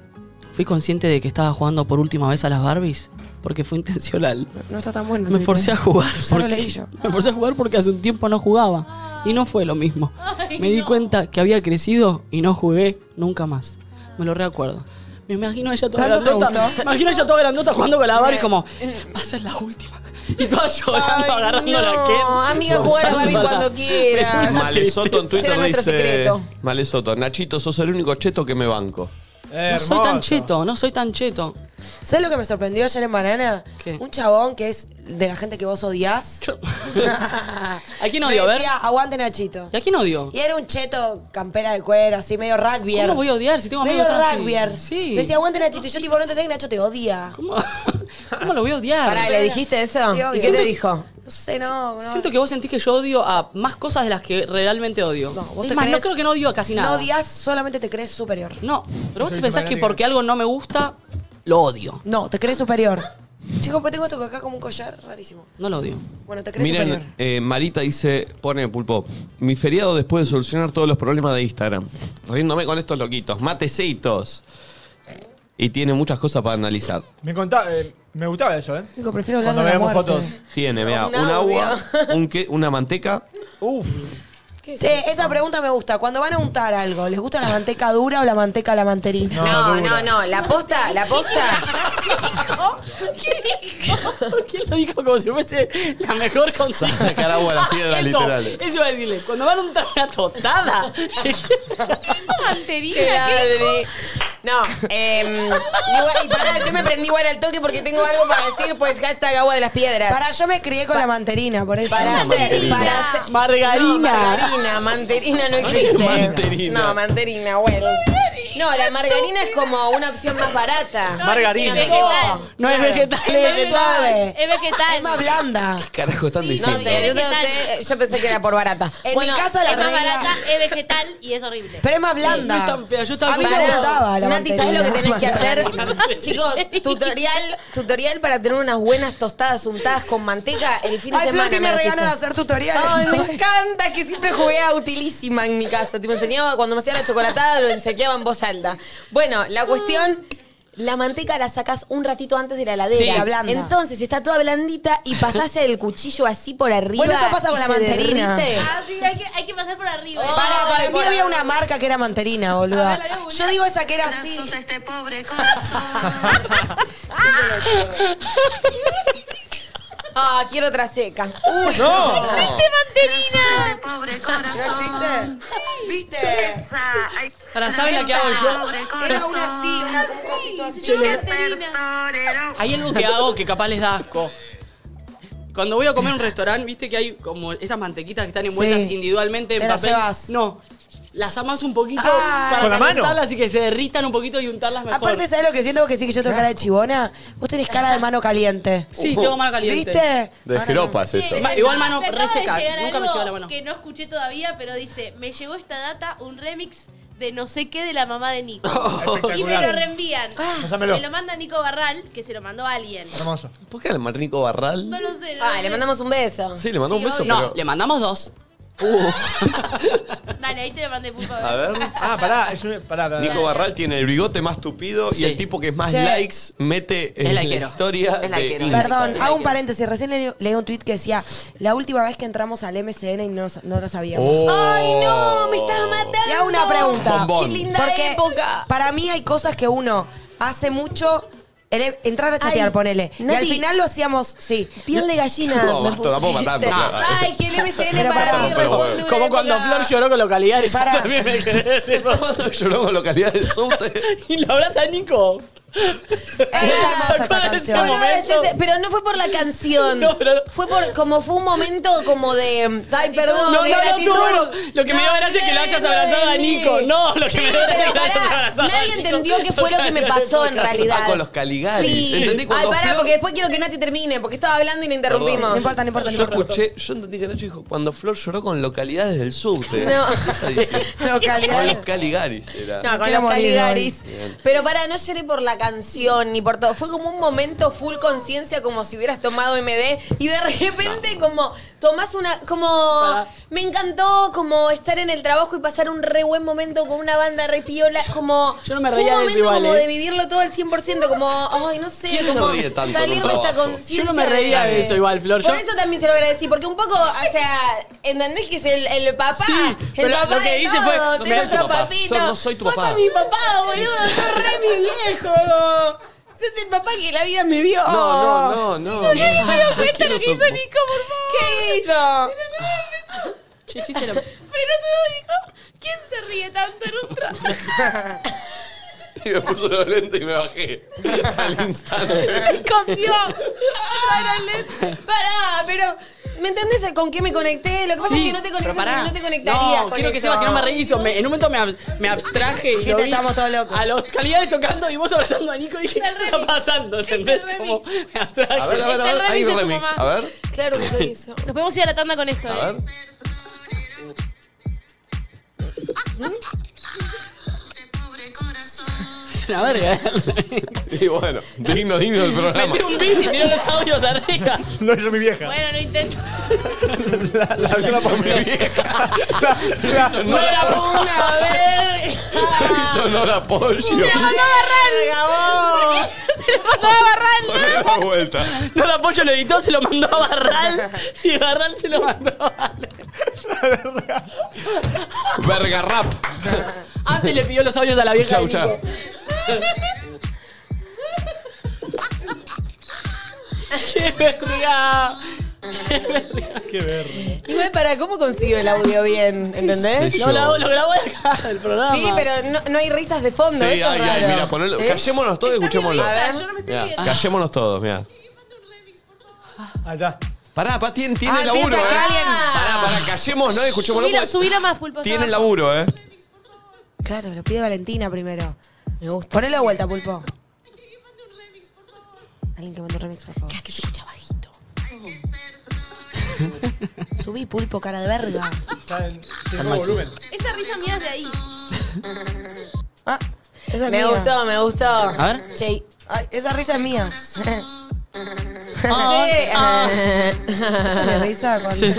C: fui consciente de que estaba jugando por última vez a las Barbies porque fue intencional.
B: No está tan bueno.
C: Me forcé a jugar.
B: Ya lo leí
C: Porque,
B: yo.
C: me forcé a jugar porque hace un tiempo no jugaba. Y no fue lo mismo. Me di cuenta que había crecido y no jugué nunca más. Me lo recuerdo. Me imagino a ella toda
B: ¿Tanto te
C: grandota.
B: gustó? Eh.
C: Me imagino a ella toda grandota jugando con la Barbie como, va a ser la última. Y toda llorando,
E: Ay,
C: agarrando la
E: no,
C: que.
E: amiga, jugar a Barbie cuando quieras.
A: Malesoto en Twitter
E: Será nuestro
A: dice.
E: secreto.
A: Malesoto, Nachito, sos el único cheto que me banco.
M: Eh,
C: No soy tan
M: hermoso.
C: cheto, no soy tan cheto.
B: ¿Sabes lo que me sorprendió ayer en Banana?
C: ¿Qué?
B: Un chabón que es de la gente que vos odiás.
C: Yo-
B: ¿A
C: quién odio? A ver.
B: aguante Nachito.
C: ¿Y a quién odio?
B: Y era un cheto campera de cuero, así medio rugby.
C: ¿Cómo voy a odiar si tengo
B: Medio
C: amigos así?
B: rugby.
C: Sí.
B: Me decía, aguante Nachito. Y yo tipo, no te tengo, Nacho te odia.
C: ¿Cómo, ¿Cómo lo voy a odiar?
E: Pará, ¿le dijiste eso?
B: Sí, obvio.
E: ¿Y qué
B: Siento-
E: te dijo?
B: No sé, no. no.
C: Siento que vos sentís que yo odio a más cosas de las que realmente odio.
B: No, vos
C: Es
B: te
C: más, no
B: crees-
C: creo que no odio a casi nada.
B: No odias, solamente te crees superior.
C: No, pero vos
M: Yo
C: te
M: soy
C: pensás que
M: fanático.
C: porque algo no me gusta, lo odio.
B: No, te crees superior. Chicos, pues tengo esto acá como un collar rarísimo.
C: No lo odio.
B: Bueno, te crees superior.
A: Miren, eh, Marita dice, pone pulpo, mi feriado después de solucionar todos los problemas de Instagram. Riéndome con estos loquitos, matecitos. Y tiene muchas cosas para analizar.
M: Me contaba, eh, me gustaba eso, ¿eh?
B: Digo, prefiero hablar
M: Cuando
B: de la
M: veamos
B: muerte.
M: fotos.
A: Tiene, vea,
E: Un
A: un, agua,
E: audio.
A: un que- una manteca.
M: Uf.
B: Sí, esa pregunta me gusta. Cuando van a untar algo, ¿les gusta la manteca dura o la manteca a la manterina?
E: No,
M: dura.
E: no, no. La posta, la posta.
C: ¿Por qué lo dijo como si fuese la mejor consigna?
A: Sacar agua a las piedras,
C: eso,
A: literal.
C: Eso iba a decirle, cuando van a untar una tostada.
E: Qué
D: Manterina.
E: grande. No, eh, igual- y pará, yo me prendí igual al toque porque tengo algo para decir, pues hashtag agua de las piedras.
B: Para, yo me crié con la manterina, por eso.
E: Para ser,
A: manterina.
E: para ser.
C: Margarina.
E: No, margarina, manterina no existe.
A: Manterina.
E: No, manterina, bueno. No, la margarina es como una opción más barata.
J: Margarina.
E: Sí,
B: No, no es
E: Claro.
B: vegetal, es vegetal.
E: Es vegetal.
B: Es más blanda.
A: ¿Qué carajo están diciendo?
E: No sé, yo, no sé, yo pensé que era por barata.
B: En
E: Bueno, eh,
B: mi casa la
E: es más
B: regla-
E: barata,
D: Es vegetal y es horrible.
B: Pero es más blanda.
C: No es tan fea, yo estaba
B: A mí me
E: Pará.
B: gustaba la
E: Nati, ¿sabes lo que tenés que
B: mantequilla.
E: hacer? Chicos, tutorial, tutorial para tener unas buenas tostadas untadas con manteca el fin de
B: Ay,
E: semana.
B: Flor, que me
E: las
B: regala de
E: hizo.
B: hacer tutoriales.
E: Ay, me encanta que siempre jugué a utilísima en mi casa. Te me enseñaba cuando me hacía la chocolatada, lo enseñaba en voz alta. Bueno, la cuestión. La manteca la sacas un ratito antes de la heladera.
B: Sí, la blanda.
E: Entonces está toda blandita y pasás el cuchillo así por arriba.
B: Bueno, eso pasa
E: y
B: con la
E: se
B: manterina.
E: derrite.
D: Ah, sí, hay que, hay que pasar por arriba.
B: Para, para mí había una marca que era manterina, boluda. Yo digo esa que era así.
D: este pobre
E: Ah, quiero otra seca. Uy,
F: No.
E: manterina! pobre corazón!
B: ¿Viste?
C: Para, ¿saben la que hago yo?
B: Era una así, una, un cosito así.
C: Che, le-
B: Manterina.
C: Hay algo que hago que capaz les da asco. Cuando voy a comer a un restaurante, viste que hay como esas mantequitas que están envueltas
B: Sí.
C: individualmente en
B: Te las
C: papel.
B: llevas.
C: No. Las amas un poquito
B: Ah.
C: para
F: ¿Con la mano?
C: calentarlas y que se derritan un poquito y untarlas mejor.
B: Aparte, ¿sabes lo que siento? Que sí que yo tengo cara de chivona. Vos tenés cara de mano caliente.
C: Sí, tengo mano caliente.
B: uh, ¿Viste?
J: De jeropas eso.
C: Ma- igual mano
D: Me acaba de
C: reseca,
D: llegar
C: nunca me
D: algo
C: llegó la mano.
D: Que no escuché todavía, pero dice, me llegó esta data un remix de no sé qué de la mamá de Nico. y me lo
F: Espectacular.
D: reenvían.
A: Ah.
F: Pásamelo.
D: Me lo manda Nico Barral, que se lo mandó a alguien.
F: Hermoso.
A: ¿Por qué al Marnico Barral?
D: No lo sé. no
E: Ah,
D: lo
E: le
D: sé.
E: mandamos un beso.
A: Sí, le mandó un
D: Sí,
A: beso,
D: obvio.
C: No,
A: pero.
C: le mandamos dos.
D: Dale, ahí te lo mandé, pulpa.
A: A ver.
F: Ah, pará, es un. Pará, pará.
A: Nico Barral tiene el bigote más tupido
C: Sí.
A: y el tipo que más
B: Sí.
A: likes mete
C: Es
A: en la
C: likeero.
A: historia.
C: Es
A: de
C: likeero.
A: Instagram.
B: Perdón, hago un paréntesis. Recién le- leí un tweet que decía: La última vez que entramos al MCN y no, no lo sabíamos.
E: ¡Ay, no!
A: Oh.
E: ¡Me estás matando!
B: Y hago una pregunta.
A: Bombón.
E: ¡Qué linda
B: Porque
E: época!
B: Para mí hay cosas que uno hace mucho. el- em, entrar a chatear,
E: Ay,
B: ponele. y al
E: Nati.
B: final lo hacíamos, sí.
E: Piel de gallina.
A: No,
E: me
A: basta, tampoco
E: pusiste.
A: matando, claro.
E: Ay, que el MCN
B: Pero
E: para
B: pará,
E: mí
A: pero-
E: responde una
C: Como cuando
E: época.
C: Flor lloró con localidad y
B: Pará.
C: también me quedé. tipo,
A: Cuando lloró con localidad del subte.
C: y lo abraza a Nico.
B: Es hermosa esa
C: Sacó de ese
B: canción.
E: Bueno,
C: momento.
E: yo sé, pero no fue por la canción.
C: No, pero no.
E: Fue por como fue un momento como de ay, perdón,
C: No, no,
E: de
C: no,
E: gratitud.
C: tú, bueno, lo que me dio gracia es que lo hayas
E: Nadie
C: abrazado a
E: de mí.
C: Nico. No, lo que me dio gracia es
E: Pero
C: que lo hayas
E: pará,
C: abrazado a
E: nadie
C: Nico.
E: entendió qué fue lo que me pasó en realidad.
A: Ah, con los Caligaris.
E: Sí.
A: Entendí
E: Ay,
A: cuando
E: pará,
A: Flor-
E: porque después quiero que Nati termine, porque estaba hablando y le interrumpimos.
B: No importa, no importa, no
A: Yo
B: importa.
A: escuché, yo entendí que Nacho dijo, cuando Flor lloró con localidades del subte.
E: No.
A: ¿Qué está diciendo? Con los Caligaris era.
E: No, con
B: Quiero
E: los
B: morir
E: Caligaris. Pero para, no lloré por la canción ni por todo. Fue como un momento full conciencia, como si hubieras tomado MD. Y de repente, como, tomás una. Como.
C: Pará.
E: Me encantó, como, estar en el trabajo y pasar un re buen momento con una banda re piola. Como.
C: yo no me
E: fue
C: reía
E: un
C: de
E: momento
C: eso igual,
E: como
C: ¿eh?
E: de vivirlo todo al 100%. Como, ay, no sé.
A: ¿Quién se
E: como
A: ríe tanto en
E: salir
A: un
E: de esta
A: trabajo?
E: conciencia.
C: Yo no me reía de eso igual, Flor.
E: Por
C: Yo-
E: eso también se lo agradecí, porque un poco, o sea, ¿entendés que es el, el papá?
C: Sí,
E: el
C: pero
E: papá
C: lo que
E: de
C: hice fue-
E: todos,
C: no
E: el
C: soy
A: tu
E: otro
A: papá.
E: papito.
A: Flor, no soy tu
E: Vos
A: papá.
E: sos mi papá, boludo, sos re mi viejo. Sos el papá que la vida me dio.
A: No, no, no, no. no, no quiero
D: ¿Qué hizo
A: sopo-
D: Nico, por favor?
E: ¿Qué hizo?
C: Che, existe la...
D: Frenó todo y dijo, ¿quién se ríe tanto en un trabajo?
A: Y me puso los lentes y me bajé. Al instante.
D: Se confió. Rara Leti.
E: Pará, pero. ¿Me entendés con qué me conecté? Lo que pasa es que no te
C: pero
E: conectás
C: pará.
E: porque no te conectarías.
C: No,
E: con
C: quiero que
E: eso.
C: sepas que no me rehizo. Me- en un momento me, ab- me abstraje y lo vi
B: estamos todos locos.
C: A los calidades tocando y vos abrazando a Nico y dije,
D: Está el
C: ¿qué está
D: remix.
C: pasando? ¿Entendés?
D: Está el
C: Como
D: remix.
C: me abstraje.
A: A ver, a ver, a ver. Hay un remix. A ver,
E: Claro que soy eso.
D: Nos podemos ir a la tanda con esto,
A: a
D: ¿eh?
A: ver.
C: Es una verga. ¿eh?
A: Y bueno, digno, digno del programa.
C: Metí un beat y miró los audios arriba.
F: Lo hizo mi vieja.
D: Bueno, no intento.
C: Ah,
A: La hizo mi vieja. La hizo
C: No
A: Nora
C: la
A: Poggio.
C: una verga.
A: La hizo Nora Poggio. Ponle la vuelta.
C: No la apoyo, lo editó, se lo mandó a Barral y Barral se lo mandó a Ale.
A: Verga rap.
C: Antes Ah, le pidió los audios a la vieja.
A: Chau,
C: de Nico.
A: chau.
C: ¡Qué verga!
F: Qué ver.
E: Igual, para, ¿cómo consigo el audio bien? ¿Entendés?
A: Sí,
C: No, lo, lo grabó de acá, el programa.
E: Sí, pero no, no hay risas de fondo,
A: Sí, ay,
E: eso es raro.
A: ay, mira, ponelo.
E: ¿Sí?
A: Callémonos todos y escuchémoslo.
E: A ver.
D: Yo no me estoy
A: Mirá,
D: riendo.
A: callémonos todos, mira.
F: Allá.
A: Pará, pará, tiene, tiene
B: Ah,
A: laburo, eh.
B: empieza acá alguien.
A: Pará, pará, callemos, ¿no? Escuchémoslo. pues
D: Subilo,
A: porque
D: subilo más, pulpo.
A: Tiene
D: abajo.
A: laburo, eh.
B: Claro, lo pide Valentina primero. Me gusta. Ponelo de vuelta, pulpo. Alguien que mande un remix, por favor. que se escucha bajito. Subí, pulpo, cara de verga.
F: Está en-
A: Al
F: Tengo
A: máximo.
F: volumen.
D: Esa risa mía es de ahí.
B: Ah, Esa es
E: Me
B: mía.
E: gustó, me gustó.
B: A
C: ver.
E: Che.
B: Ay, esa risa es mía.
E: Ah, ah.
B: Esa es mi risa cuando...
A: Sí.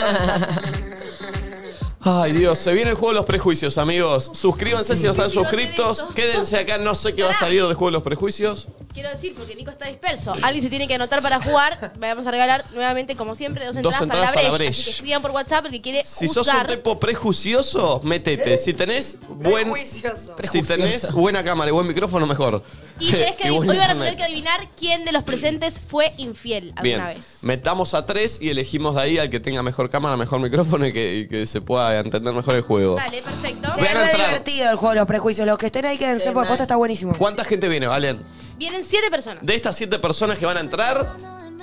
A: Ay, Dios, se viene el juego de los prejuicios, amigos. Suscríbanse si no están suscriptos. Quédense acá, no sé qué va a salir del juego de los prejuicios.
D: Quiero decir, porque Nico está disperso. Alguien se tiene que anotar para jugar. Vamos a regalar nuevamente, como siempre, dos entradas,
A: entradas
D: para
A: a
D: la
A: la
D: Breche.
A: Breche.
D: Así que escriban por WhatsApp el que quiere
A: Si sos un
D: usar.
A: tipo prejuicioso, métete. Si tenés buen. Si tenés buena cámara y buen micrófono, mejor.
D: Y tenés que,
A: Y
D: hoy
A: buen
D: van a
A: internet.
D: tener que adivinar quién de los presentes fue infiel
A: Bien,
D: alguna vez.
A: metamos a tres y elegimos de ahí al que tenga mejor cámara, mejor micrófono y que, y que se pueda entender mejor el juego.
D: Dale, perfecto.
B: Che, es
A: Vean
B: re
A: entrar.
B: divertido el juego de los prejuicios. Los que estén ahí quédense porque posta está buenísimo.
A: ¿Cuánta gente viene, Valen?
D: Vienen siete personas.
A: De estas siete personas que van a entrar,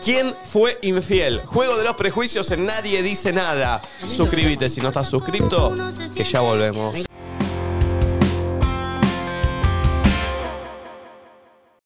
A: ¿quién fue infiel? Juego de los prejuicios en Nadie Dice Nada. Suscríbete si no estás suscrito, que ya volvemos.